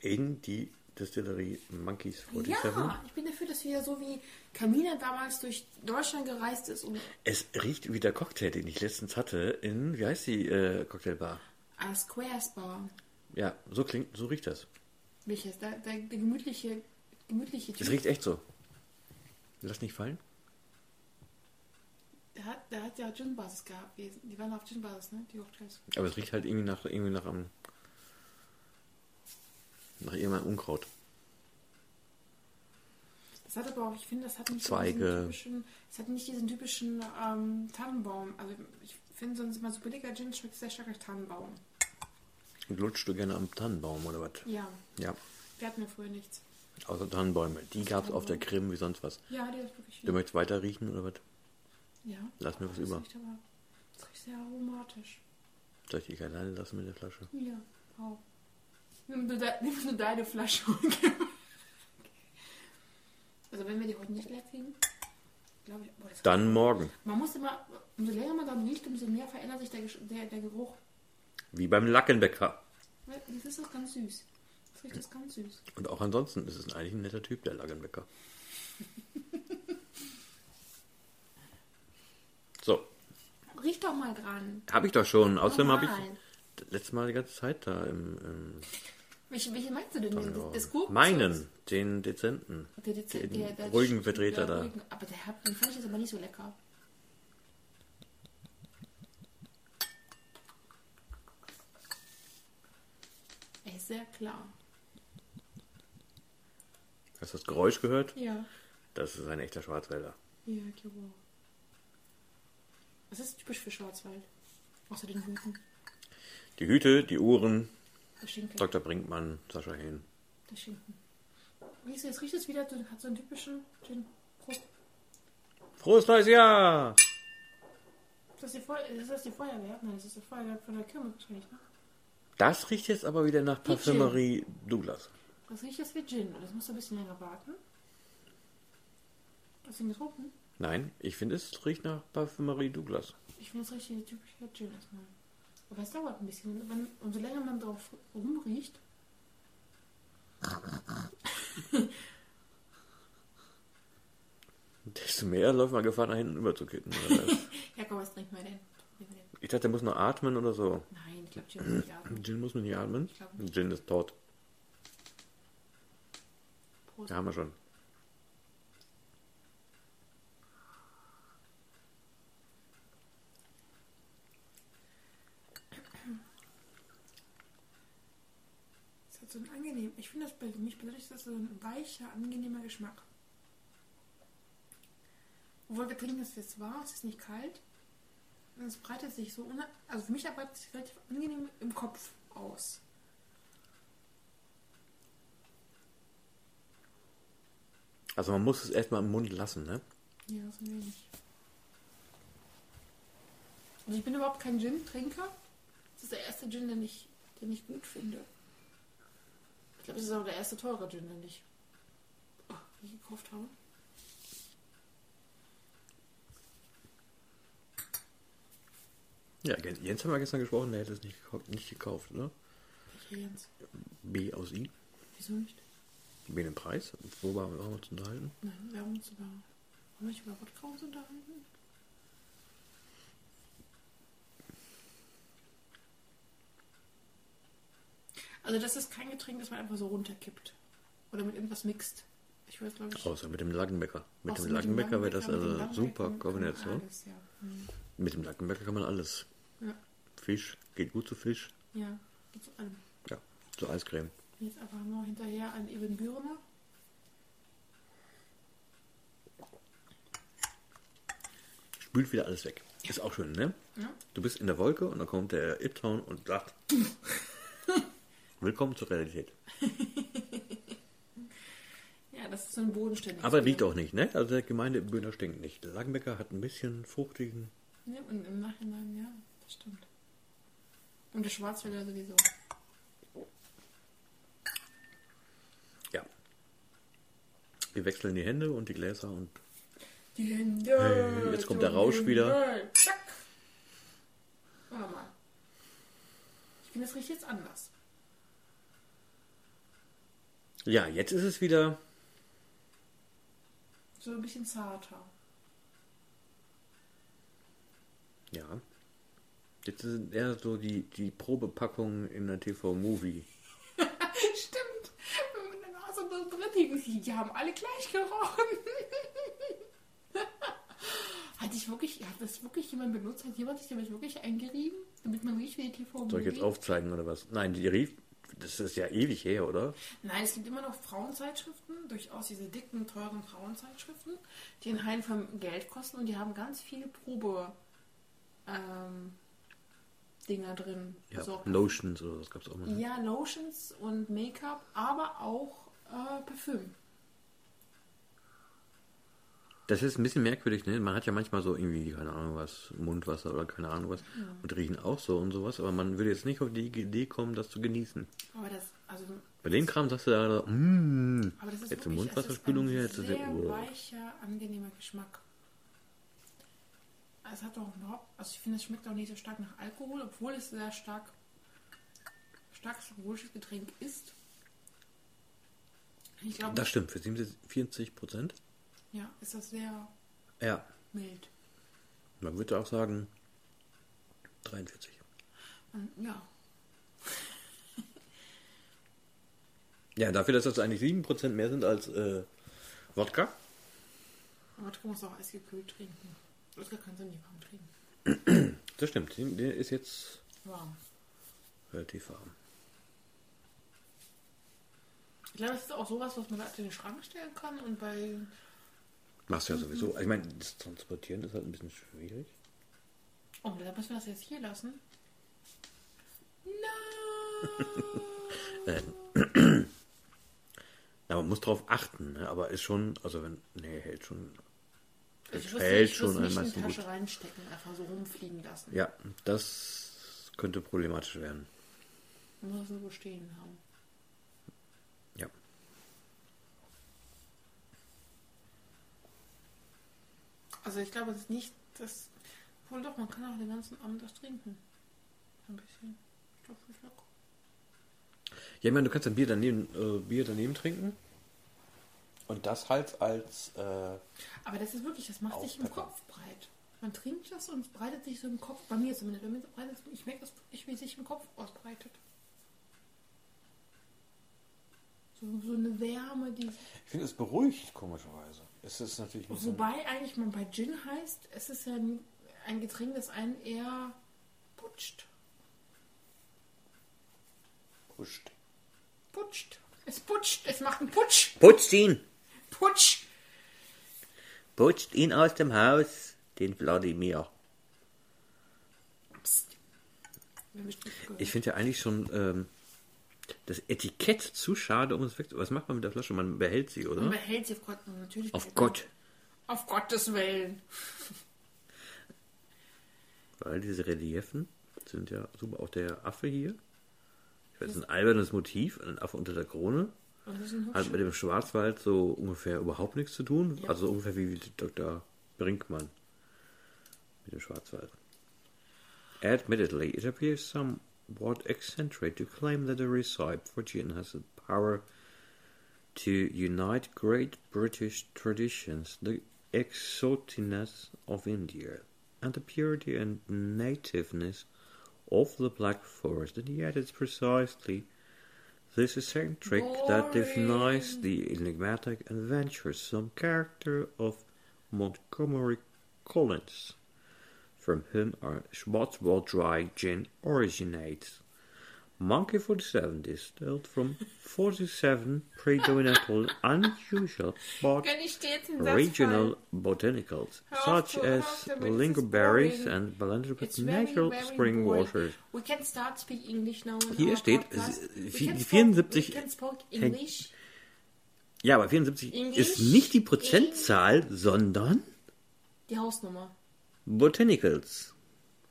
Speaker 2: in die Distillerie Monkeys 47.
Speaker 3: Ja, ich bin dafür, dass wir so wie Kamina damals durch Deutschland gereist ist und
Speaker 2: Es riecht wie der Cocktail, den ich letztens hatte in, wie heißt die äh, Cocktailbar?
Speaker 3: als Squares Bar.
Speaker 2: Ja, so klingt, so riecht das.
Speaker 3: Welches? Der, der, der gemütliche, gemütliche
Speaker 2: Es
Speaker 3: Typ.
Speaker 2: riecht echt so. Lass nicht fallen.
Speaker 3: Der hat, der hat ja Gin-Basis gehabt. Die die waren auf Gin-Basis, ne? Die Hochtrails.
Speaker 2: Aber es riecht halt irgendwie nach, irgendwie nach einem, nach irgendeinem Unkraut.
Speaker 3: Das hat aber auch, ich finde, das hat nicht
Speaker 2: Zweige.
Speaker 3: diesen typischen, es hat nicht diesen typischen ähm, Tannenbaum. Also ich finde sonst immer so billiger Gin schmeckt sehr stark nach Tannenbaum.
Speaker 2: Und lutschst du gerne am Tannenbaum oder was?
Speaker 3: Ja,
Speaker 2: Ja.
Speaker 3: wir hatten ja früher nichts.
Speaker 2: Außer Tannenbäume. Die gab's auf der Krim wie sonst was.
Speaker 3: Ja, die ist wirklich
Speaker 2: Du möchtest weiter riechen oder was?
Speaker 3: Ja.
Speaker 2: Lass mir was
Speaker 3: das
Speaker 2: über.
Speaker 3: Riecht aber, das riecht sehr aromatisch.
Speaker 2: Soll ich dich alleine lassen mit der Flasche?
Speaker 3: Ja, auch. Nimm du, de nimm du deine Flasche und Also wenn wir die heute nicht leer kriegen, glaube ich, boah, das
Speaker 2: Dann morgen.
Speaker 3: man muss immer, umso länger man daran riecht, umso mehr verändert sich der, Gesch- der, der Geruch.
Speaker 2: Wie beim Lackenbecker.
Speaker 3: Weil Das ist doch ganz süß. Das riecht ist ganz süß.
Speaker 2: Und auch ansonsten ist es eigentlich ein netter Typ, der Lagenbecker. so,
Speaker 3: Riech doch mal dran.
Speaker 2: habe ich doch schon. Außerdem habe
Speaker 3: Normal.
Speaker 2: ich letztes Mal die ganze Zeit da im. im
Speaker 3: Welche, welche meinst du denn? Den,
Speaker 2: Raum.
Speaker 3: des Gurkens?
Speaker 2: meinen, den dezenten.
Speaker 3: Der, der, der, der, der
Speaker 2: ruhigen Vertreter da.
Speaker 3: ruhigen- Aber der hat, den fand ich jetzt aber nicht so lecker. Er ist sehr klar.
Speaker 2: Hast du das Geräusch gehört?
Speaker 3: Ja.
Speaker 2: Das ist ein echter Schwarzwälder.
Speaker 3: Ja, ich glaube auch. Was ist typisch für Schwarzwald? Außer den Hüten,
Speaker 2: Die Hüte, die Uhren,
Speaker 3: der Schinken.
Speaker 2: Dr. Brinkmann, Sascha Hehn.
Speaker 3: Der Schinken. Wie ist es? Riecht es wieder? so- Hat so einen typischen. Den Prost.
Speaker 2: Frohes neues Jahr!
Speaker 3: Ist das, die Feu ist das die Feuerwehr? Nein, das ist die Feuerwehr von der Kirmes wahrscheinlich. Ne?
Speaker 2: Das riecht jetzt aber wieder nach Parfümerie Douglas.
Speaker 3: Das riecht jetzt wie Gin. Das musst du ein bisschen länger warten. Hast du ihn getrunken?
Speaker 2: Nein, ich finde, es riecht nach Parfümerie Douglas.
Speaker 3: Ich finde das richtig typisch für Gin erstmal. Aber es dauert ein bisschen. Und Wenn, umso länger man drauf rumriecht.
Speaker 2: Desto mehr läuft man Gefahr, nach hinten überzukippen. oder was?
Speaker 3: Ja, komm, was trinken wir denn? Trinken wir denn?
Speaker 2: ich dachte, der muss noch atmen oder so.
Speaker 3: Nein, ich glaube, Gin ist nicht atmen.
Speaker 2: Gin muss man nicht atmen.
Speaker 3: Ich glaub nicht.
Speaker 2: Gin ist tot.
Speaker 3: Prost.
Speaker 2: Da haben wir schon.
Speaker 3: Es hat so einen angenehmen, ich finde das bei mich persönlich ist das so ein weicher, angenehmer Geschmack. Obwohl wir trinken es jetzt warm, es ist nicht kalt. Und es breitet sich so, una- also für mich arbeitet es sich relativ angenehm im Kopf aus.
Speaker 2: Also man muss es erstmal im Mund lassen, ne?
Speaker 3: Ja, so ein wenig. Also ich bin überhaupt kein Gin-Trinker. Das ist der erste Gin, den ich, den ich gut finde. Ich glaube, das ist auch der erste teure Gin, den ich, oh, den ich gekauft habe.
Speaker 2: Ja, Jens- Jens haben wir gestern gesprochen, der hätte es nicht, gekau- nicht gekauft, ne?
Speaker 3: Welcher Jens?
Speaker 2: B aus I.
Speaker 3: Wieso nicht?
Speaker 2: B den Preis. Worüber haben wir auch noch zu unterhalten?
Speaker 3: Nein, wir haben uns über. Haben wir nicht über Wodka uns unterhalten? Also, das ist kein Getränk, das man einfach so runterkippt. Oder mit irgendwas mixt. Ich weiß, glaube ich.
Speaker 2: Außer mit dem Lackenbecker. Mit
Speaker 3: außer
Speaker 2: dem Lackenbecker wäre das
Speaker 3: mit dem
Speaker 2: also
Speaker 3: Lackenbecker
Speaker 2: super ne?
Speaker 3: kann man
Speaker 2: Kombination.
Speaker 3: Alles, ja. Mhm.
Speaker 2: Mit dem Lackenbecker kann man alles.
Speaker 3: Ja.
Speaker 2: Fisch, geht gut zu Fisch.
Speaker 3: ja, geht zu allem.
Speaker 2: Ja, zu Eiscreme.
Speaker 3: Jetzt einfach nur hinterher an Eben Bürner.
Speaker 2: Spült wieder alles weg. Ist auch schön, ne?
Speaker 3: Ja.
Speaker 2: Du bist in der Wolke und dann kommt der Iptown und
Speaker 3: (laughs)
Speaker 2: sagt: Willkommen zur Realität.
Speaker 3: ja, das ist so ein bodenständiges.
Speaker 2: Aber
Speaker 3: Bier.
Speaker 2: riecht auch nicht, ne? Also der Gemeindebühner stinkt nicht. Der Lackenbecker hat ein bisschen fruchtigen.
Speaker 3: Ja, und im Nachhinein, ja, das stimmt. Und der Schwarzwälder sowieso.
Speaker 2: Ja. Wir wechseln die Hände und die Gläser und
Speaker 3: Die Hände.
Speaker 2: Hey, jetzt kommt der Rausch
Speaker 3: die
Speaker 2: wieder.
Speaker 3: Hände. Zack. Warte mal. Ich finde, das riecht jetzt anders.
Speaker 2: Ja, jetzt ist es wieder.
Speaker 3: So ein bisschen zarter.
Speaker 2: Ja. Jetzt sind eher so die, die Probepackungen in der TV-Movie.
Speaker 3: Stimmt. Wenn man in der Nase so drin liegt, die- die haben alle gleich gerochen. (laughs) Hat sich wirklich, hat das wirklich jemand benutzt? Hat jemand sich damit wirklich eingerieben? Damit man riecht wie die TV
Speaker 2: Soll ich jetzt aufzeigen oder was? Nein, die rief. Das ist ja ewig her, oder?
Speaker 3: Nein, es gibt immer noch Frauenzeitschriften, durchaus diese dicken, teuren Frauenzeitschriften, die einen Hain vom Geld kosten und die haben ganz viele Probe ähm, Dinger drin.
Speaker 2: Ja,
Speaker 3: So-
Speaker 2: Lotions oder was gab's auch mal. ne?
Speaker 3: ja, Lotions und Make-up, aber auch äh, Parfüm.
Speaker 2: Das ist ein bisschen merkwürdig, ne? Man hat ja manchmal so irgendwie, keine Ahnung was, Mundwasser oder keine Ahnung was und riechen auch so und sowas, aber man würde jetzt nicht auf die Idee kommen, das zu genießen.
Speaker 3: Aber das, also,
Speaker 2: Bei dem Kram sagst du da, mmm,
Speaker 3: aber das ist
Speaker 2: jetzt eine
Speaker 3: wirklich-
Speaker 2: Mundwasserspülung hier,
Speaker 3: es
Speaker 2: jetzt
Speaker 3: ist
Speaker 2: ist
Speaker 3: ein
Speaker 2: der,
Speaker 3: sehr
Speaker 2: oh.
Speaker 3: weicher, angenehmer Geschmack. Es hat doch überhaupt, also ich finde, es schmeckt auch nicht so stark nach Alkohol, obwohl es sehr stark, starkes alkoholisches Getränk ist. Ich glaube,
Speaker 2: Das stimmt, für 47 Prozent?
Speaker 3: ja, ist das sehr
Speaker 2: Ja.
Speaker 3: mild.
Speaker 2: Man würde auch sagen 43.
Speaker 3: Und, ja,
Speaker 2: Ja, dafür, dass das eigentlich 7 Prozent mehr sind als äh, Wodka.
Speaker 3: aber du musst auch eisgekühlt trinken. Also Das kannst du nicht warm trinken.
Speaker 2: Das stimmt, der ist jetzt
Speaker 3: Warm.
Speaker 2: relativ warm.
Speaker 3: Ich glaube, es ist auch sowas, was man da in den Schrank stellen kann und bei Mhm.
Speaker 2: Machst du ja sowieso. Ich meine, das Transportieren ist halt ein bisschen schwierig.
Speaker 3: Oh, dann müssen wir das jetzt hier lassen. (laughs) Nein!
Speaker 2: Ja, man muss drauf achten, ne? aber ist schon, also wenn, nee, hält schon.
Speaker 3: Also ich
Speaker 2: Hält,
Speaker 3: wusste,
Speaker 2: hält
Speaker 3: ich
Speaker 2: schon
Speaker 3: wusste nicht in
Speaker 2: einmal
Speaker 3: die
Speaker 2: so
Speaker 3: Tasche
Speaker 2: gut.
Speaker 3: reinstecken, einfach so rumfliegen lassen.
Speaker 2: Ja, das könnte problematisch werden.
Speaker 3: Man muss es nur bestehen haben.
Speaker 2: Ja.
Speaker 3: Also ich glaube es ist nicht, dass. Wohl doch, man kann auch den ganzen Abend das trinken. Ein bisschen. Ich glaube, ich locker.
Speaker 2: Ja, ich meine, du kannst ein Bier daneben, äh, Bier daneben trinken. Und das halt als, äh,
Speaker 3: Aber das ist wirklich, das macht sich im
Speaker 2: Aufpepper.
Speaker 3: Kopf breit. Man trinkt das und es breitet sich so im Kopf, bei mir zumindest, bei mir breitet es- ich merke das wirklich, wie es sich im Kopf ausbreitet. So, so eine Wärme, die.
Speaker 2: ich finde, es beruhigt komischerweise. Es ist natürlich nicht so-
Speaker 3: Wobei eigentlich man bei Gin heißt, es ist ja ein, ein Getränk, das einen eher putscht.
Speaker 2: pusht.
Speaker 3: Putscht. Es putscht. Es macht einen Putsch.
Speaker 2: Putzt ihn!
Speaker 3: Putsch.
Speaker 2: Putzt ihn aus dem Haus, den Wladimir.
Speaker 3: Psst. Wir haben bestimmt gehört.
Speaker 2: Ich finde ja eigentlich schon ähm, das Etikett zu schade, um es wegzu. Was macht man mit der Flasche? Man behält sie,
Speaker 3: Man
Speaker 2: oder?
Speaker 3: behält sie auf Gott natürlich.
Speaker 2: Hm? Auf Gott.
Speaker 3: Auf Gottes Willen.
Speaker 2: Weil diese Reliefen sind ja super. Auch der Affe hier. Ich weiß, ein albernes Motiv, ein Affe unter der Krone.
Speaker 3: Das ist ein
Speaker 2: Hat mit dem Schwarzwald so ungefähr überhaupt nichts zu tun. Also ungefähr wie Dr. Brinkmann mit dem Schwarzwald. Admittedly, it appears somewhat eccentric to claim that a recipe for gin has the power to unite great British traditions, the exoticness of India, and the purity and nativeness of the Black Forest, and yet it's precisely this eccentric that defines the enigmatic and venturesome character of Montgomery Collins, from whom our Schwarzwald Dry Gin originates. Monkey 47 distilled from 47 predominantly unusual but
Speaker 3: Kann ich dir jetzt einen Satz
Speaker 2: regional
Speaker 3: fallen?
Speaker 2: botanicals
Speaker 3: Hör auf
Speaker 2: such
Speaker 3: zu- hör
Speaker 2: as
Speaker 3: auf damit, das ist
Speaker 2: lingonberries
Speaker 3: boring.
Speaker 2: and blended
Speaker 3: It's
Speaker 2: with
Speaker 3: very,
Speaker 2: natural
Speaker 3: very
Speaker 2: spring
Speaker 3: boring.
Speaker 2: waters.
Speaker 3: We can start speak English now. in
Speaker 2: Hier
Speaker 3: our
Speaker 2: steht,
Speaker 3: podcast.
Speaker 2: es-
Speaker 3: We
Speaker 2: vi-
Speaker 3: can
Speaker 2: die
Speaker 3: spoke-
Speaker 2: 74
Speaker 3: We can spoke English.
Speaker 2: Ja, aber 74
Speaker 3: Englisch,
Speaker 2: ist nicht die Prozentzahl, sondern
Speaker 3: Die Hausnummer.
Speaker 2: Botanicals.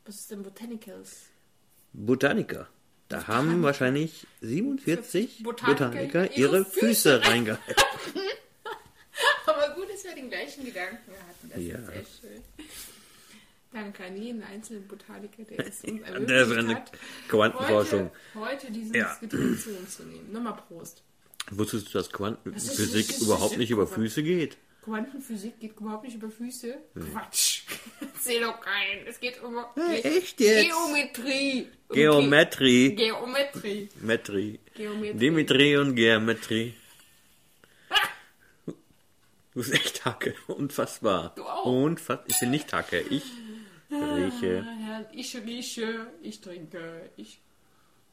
Speaker 3: Was ist denn Botanicals?
Speaker 2: Botaniker. Da haben wahrscheinlich 47
Speaker 3: Botaniker
Speaker 2: Botaniker, ihre
Speaker 3: ihre
Speaker 2: Füße reingehalten.
Speaker 3: Aber gut, dass wir den gleichen Gedanken hatten. Das
Speaker 2: Ja.
Speaker 3: ist sehr schön. Danke an jeden einzelnen Botaniker, der
Speaker 2: (laughs)
Speaker 3: es uns
Speaker 2: Ja, der ist eine
Speaker 3: ermöglicht hat,
Speaker 2: Quantenforschung.
Speaker 3: Heute, heute dieses
Speaker 2: Ja.
Speaker 3: Getränk zu uns zu nehmen. Nochmal Prost.
Speaker 2: Wusstest du, dass
Speaker 3: Das ist-
Speaker 2: Quantenphysik
Speaker 3: das ist-
Speaker 2: überhaupt nicht über
Speaker 3: guck mal.
Speaker 2: Füße geht?
Speaker 3: Quantenphysik geht überhaupt nicht über Füße. Quatsch. (laughs) Seh doch kein. Es geht um
Speaker 2: Hey, echt jetzt?
Speaker 3: Geometrie. Um Ge-
Speaker 2: Geometrie.
Speaker 3: Geometrie.
Speaker 2: Metri.
Speaker 3: Geometrie.
Speaker 2: Dimitri und Geometrie. (laughs) Du bist echt Hacke. Unfassbar.
Speaker 3: Du auch.
Speaker 2: Unfass ich bin nicht Hacke. Ich rieche.
Speaker 3: Herr, Ich rieche, ich trinke, ich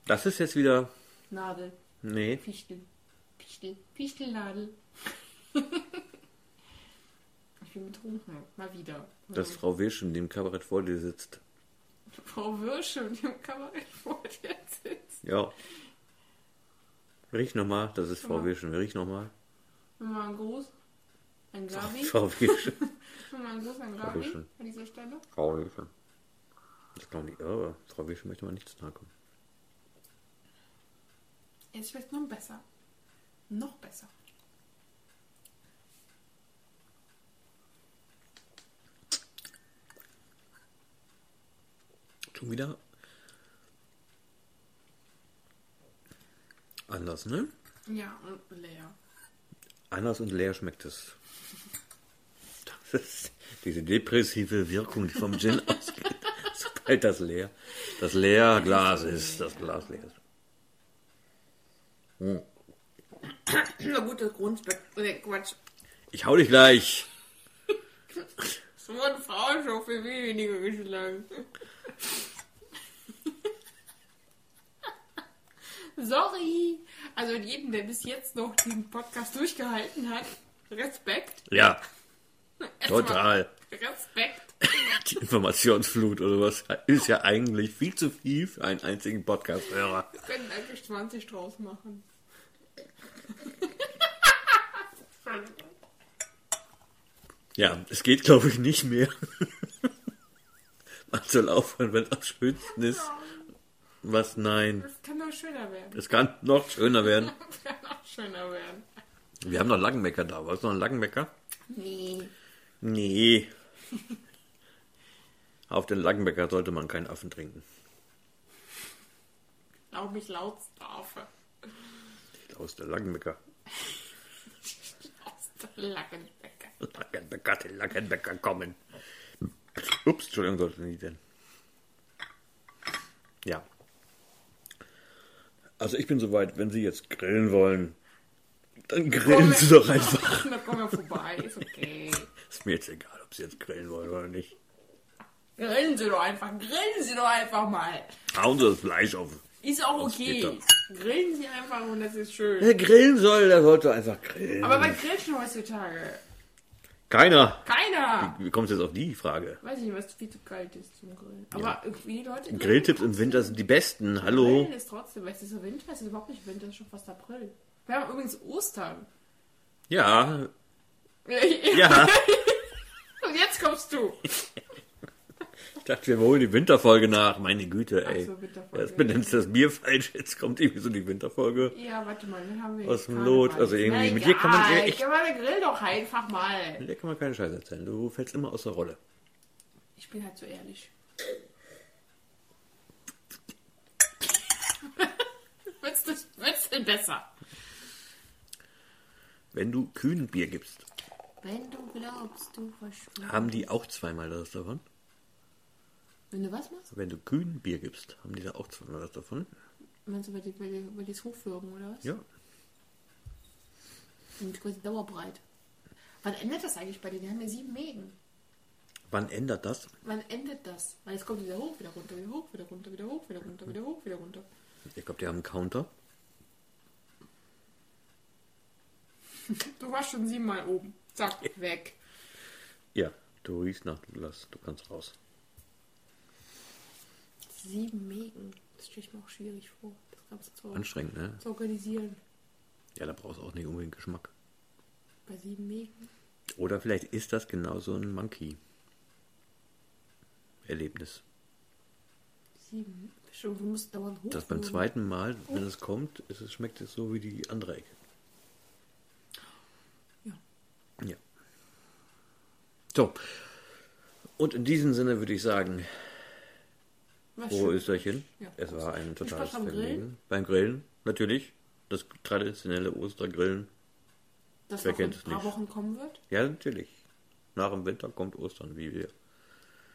Speaker 2: Das ist jetzt wieder.
Speaker 3: Nadel,
Speaker 2: Nee.
Speaker 3: Fichtel, Fichtel, Fichtelnadel. (laughs) ich bin betrunken, mal wieder.
Speaker 2: dass Frau Wisch in dem Kabarett vor dir sitzt.
Speaker 3: Frau Würsche mit dem Kabarett vor dir sitzt.
Speaker 2: Ja. Riech nochmal, das ist
Speaker 3: Genau.
Speaker 2: Frau Wirschen. Riech nochmal.
Speaker 3: Nochmal ein Gruß an Gabi.
Speaker 2: Frau
Speaker 3: (laughs)
Speaker 2: Wirschen.
Speaker 3: Nochmal ein Gruß an Gabi
Speaker 2: Würsche.
Speaker 3: an dieser Stelle.
Speaker 2: Frau Wirschen. Das ist doch nicht irre. Frau Wirschen möchte mal nicht zu nahe kommen.
Speaker 3: Jetzt wird noch besser. Noch besser.
Speaker 2: Schon wieder anders, ne?
Speaker 3: Ja, und leer.
Speaker 2: Anders und leer schmeckt es. Das ist diese depressive Wirkung, die vom (laughs) Gin ausgeht. Sobald das leer, das leer Glas ist, das Glas leer ist.
Speaker 3: Na gut, das Grundstück. Nee, Quatsch.
Speaker 2: Ich hau dich gleich.
Speaker 3: So eine Frau schon viel weniger geschlagen. (laughs) Sorry. Also an jeden, der bis jetzt noch den Podcast durchgehalten hat, Respekt.
Speaker 2: Ja,
Speaker 3: Erstmal
Speaker 2: total.
Speaker 3: (laughs) Respekt.
Speaker 2: Die Informationsflut oder was ist ja eigentlich viel zu viel für einen einzigen Podcast-Hörer.
Speaker 3: Wir können eigentlich 20 draus (laughs) machen.
Speaker 2: Ja, es geht, glaube ich, nicht mehr. (laughs) Man soll aufhören, wenn das Schönste ist. Was? Nein.
Speaker 3: Das kann doch schöner werden.
Speaker 2: Es kann noch schöner werden.
Speaker 3: Das kann auch schöner werden.
Speaker 2: Wir haben noch einen Lackenmecker da. Warst du noch einen Lackenmecker?
Speaker 3: Nee.
Speaker 2: Nee. Auf den Lackenmecker sollte man keinen Affen trinken.
Speaker 3: Glaube ich Lautstrafe.
Speaker 2: Aus der Lackenmecker.
Speaker 3: Aus der Lackenbecker. (laughs)
Speaker 2: Lackenbecker, die Lackenbecker kommen. Ups, Entschuldigung, sollte nicht denn. Ja. Also ich bin soweit, wenn Sie jetzt grillen wollen, dann grillen Sie doch einfach.
Speaker 3: Da kommen wir vorbei, ist okay.
Speaker 2: Ist mir jetzt egal, ob Sie jetzt grillen wollen oder nicht.
Speaker 3: Grillen Sie doch einfach, grillen Sie doch einfach mal.
Speaker 2: Hauen Sie das Fleisch auf.
Speaker 3: Ist auch
Speaker 2: Das geht
Speaker 3: okay. Grillen Sie einfach und das ist schön.
Speaker 2: Wer grillen soll, der sollte einfach grillen.
Speaker 3: Aber was grillt denn heutzutage?
Speaker 2: Keiner.
Speaker 3: Keiner!
Speaker 2: Wie kommst du jetzt auf die Frage?
Speaker 3: Weiß ich nicht, was viel zu kalt ist zum Grillen. Aber irgendwie die Leute.
Speaker 2: Grilltipps im Winter sind die besten. Hallo.
Speaker 3: Grillen ist trotzdem, weil es ist so Winter, es ist überhaupt nicht Winter, es ist schon fast April. Wir haben übrigens Ostern.
Speaker 2: Ja.
Speaker 3: Und (laughs)
Speaker 2: Ja.
Speaker 3: jetzt kommst du.
Speaker 2: Ich dachte, wir holen die Winterfolge nach. Meine Güte, ey.
Speaker 3: Ach so, Winterfolge.
Speaker 2: Jetzt benennst du das Bier falsch. Jetzt kommt irgendwie so die Winterfolge.
Speaker 3: Ja, warte mal, dann haben wir
Speaker 2: Aus
Speaker 3: jetzt
Speaker 2: dem Lot,
Speaker 3: Karneval.
Speaker 2: also irgendwie,
Speaker 3: Na,
Speaker 2: mit dir kann man
Speaker 3: egal,
Speaker 2: sehr echt-
Speaker 3: Ja, aber dann grill doch einfach mal.
Speaker 2: Der kann man keinen Scheiß erzählen. Du fällst immer aus der Rolle.
Speaker 3: Ich bin halt so ehrlich. (laughs) wird's, das, wird's denn besser?
Speaker 2: Wenn du kühn Bier gibst,
Speaker 3: Wenn du glaubst, du verschwindest.
Speaker 2: haben die auch zweimal das davon.
Speaker 3: Wenn du was machst?
Speaker 2: Wenn du kühn Bier gibst, haben die da auch zweimal das davon.
Speaker 3: Meinst du, weil die, weil die, weil die es hochwürgen oder was?
Speaker 2: Ja.
Speaker 3: Und quasi dauerbreit. Wann endet das eigentlich bei denen? Die haben ja sieben Mägen.
Speaker 2: Wann ändert das?
Speaker 3: Wann endet das? Weil es kommt wieder hoch, wieder runter, wieder hoch, wieder runter, wieder hoch, wieder runter, wieder hoch, wieder runter.
Speaker 2: Ich glaube, die haben einen Counter.
Speaker 3: Du warst schon siebenmal oben. Zack, weg.
Speaker 2: Ja. Du riechst nach Glas. Du kannst raus.
Speaker 3: Sieben Mägen. Das stelle ich mir auch schwierig vor. Das Ganze zu,
Speaker 2: Anstrengend, ne?
Speaker 3: zu organisieren.
Speaker 2: Ja, da brauchst du auch nicht unbedingt Geschmack.
Speaker 3: Bei sieben Mägen.
Speaker 2: Oder vielleicht ist das genau so ein Monkey-Erlebnis.
Speaker 3: Sieben. Bestimmt, du musst dauernd hoch.
Speaker 2: Dass beim zweiten Mal, wenn es kommt, ist es, schmeckt es so wie die andere Ecke.
Speaker 3: Ja.
Speaker 2: Ja. So. Und in diesem Sinne würde ich sagen,
Speaker 3: Was
Speaker 2: frohe
Speaker 3: schön.
Speaker 2: Österchen.
Speaker 3: Ja,
Speaker 2: es war ein
Speaker 3: Viel
Speaker 2: totales
Speaker 3: Spaß beim
Speaker 2: Vergnügen.
Speaker 3: Grillen.
Speaker 2: Beim Grillen, natürlich. Das traditionelle Ostergrillen.
Speaker 3: Das
Speaker 2: Wer
Speaker 3: noch in
Speaker 2: kennt
Speaker 3: ein
Speaker 2: es
Speaker 3: paar
Speaker 2: nicht?
Speaker 3: Wochen kommen wird.
Speaker 2: Ja, natürlich. Nach dem Winter kommt Ostern, wie wir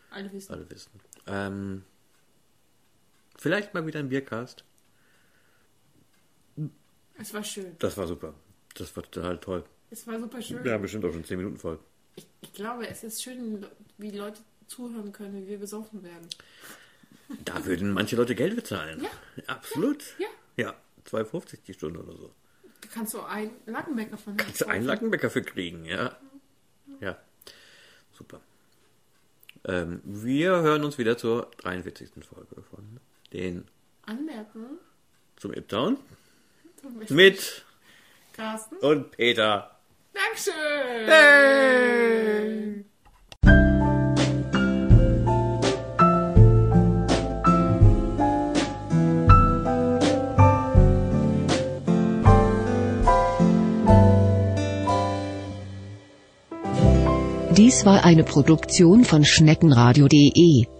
Speaker 3: Alle wissen.
Speaker 2: alle wissen. Ähm, vielleicht mal wieder ein Biercast.
Speaker 3: Es war schön.
Speaker 2: Das war super. Das war total toll.
Speaker 3: Es war super schön.
Speaker 2: Wir haben bestimmt auch schon 10 Minuten voll.
Speaker 3: Ich, ich glaube, es ist schön, wie die Leute zuhören können, wie wir besoffen werden.
Speaker 2: Da würden manche Leute Geld bezahlen.
Speaker 3: Ja.
Speaker 2: Absolut.
Speaker 3: Ja.
Speaker 2: Ja, 2,50 die Stunde oder so.
Speaker 3: Da kannst du einen Lackenbecker von
Speaker 2: Kannst du einen Lackenbäcker für kriegen, ja. Ja. Super. Ähm, wir hören uns wieder zur 43. Folge von den
Speaker 3: anmerken.
Speaker 2: zum Iptown
Speaker 3: Zum Beispiel
Speaker 2: mit
Speaker 3: Carsten.
Speaker 2: und Peter.
Speaker 3: Dankeschön.
Speaker 1: Dies war eine Produktion von Schneckenradio.de.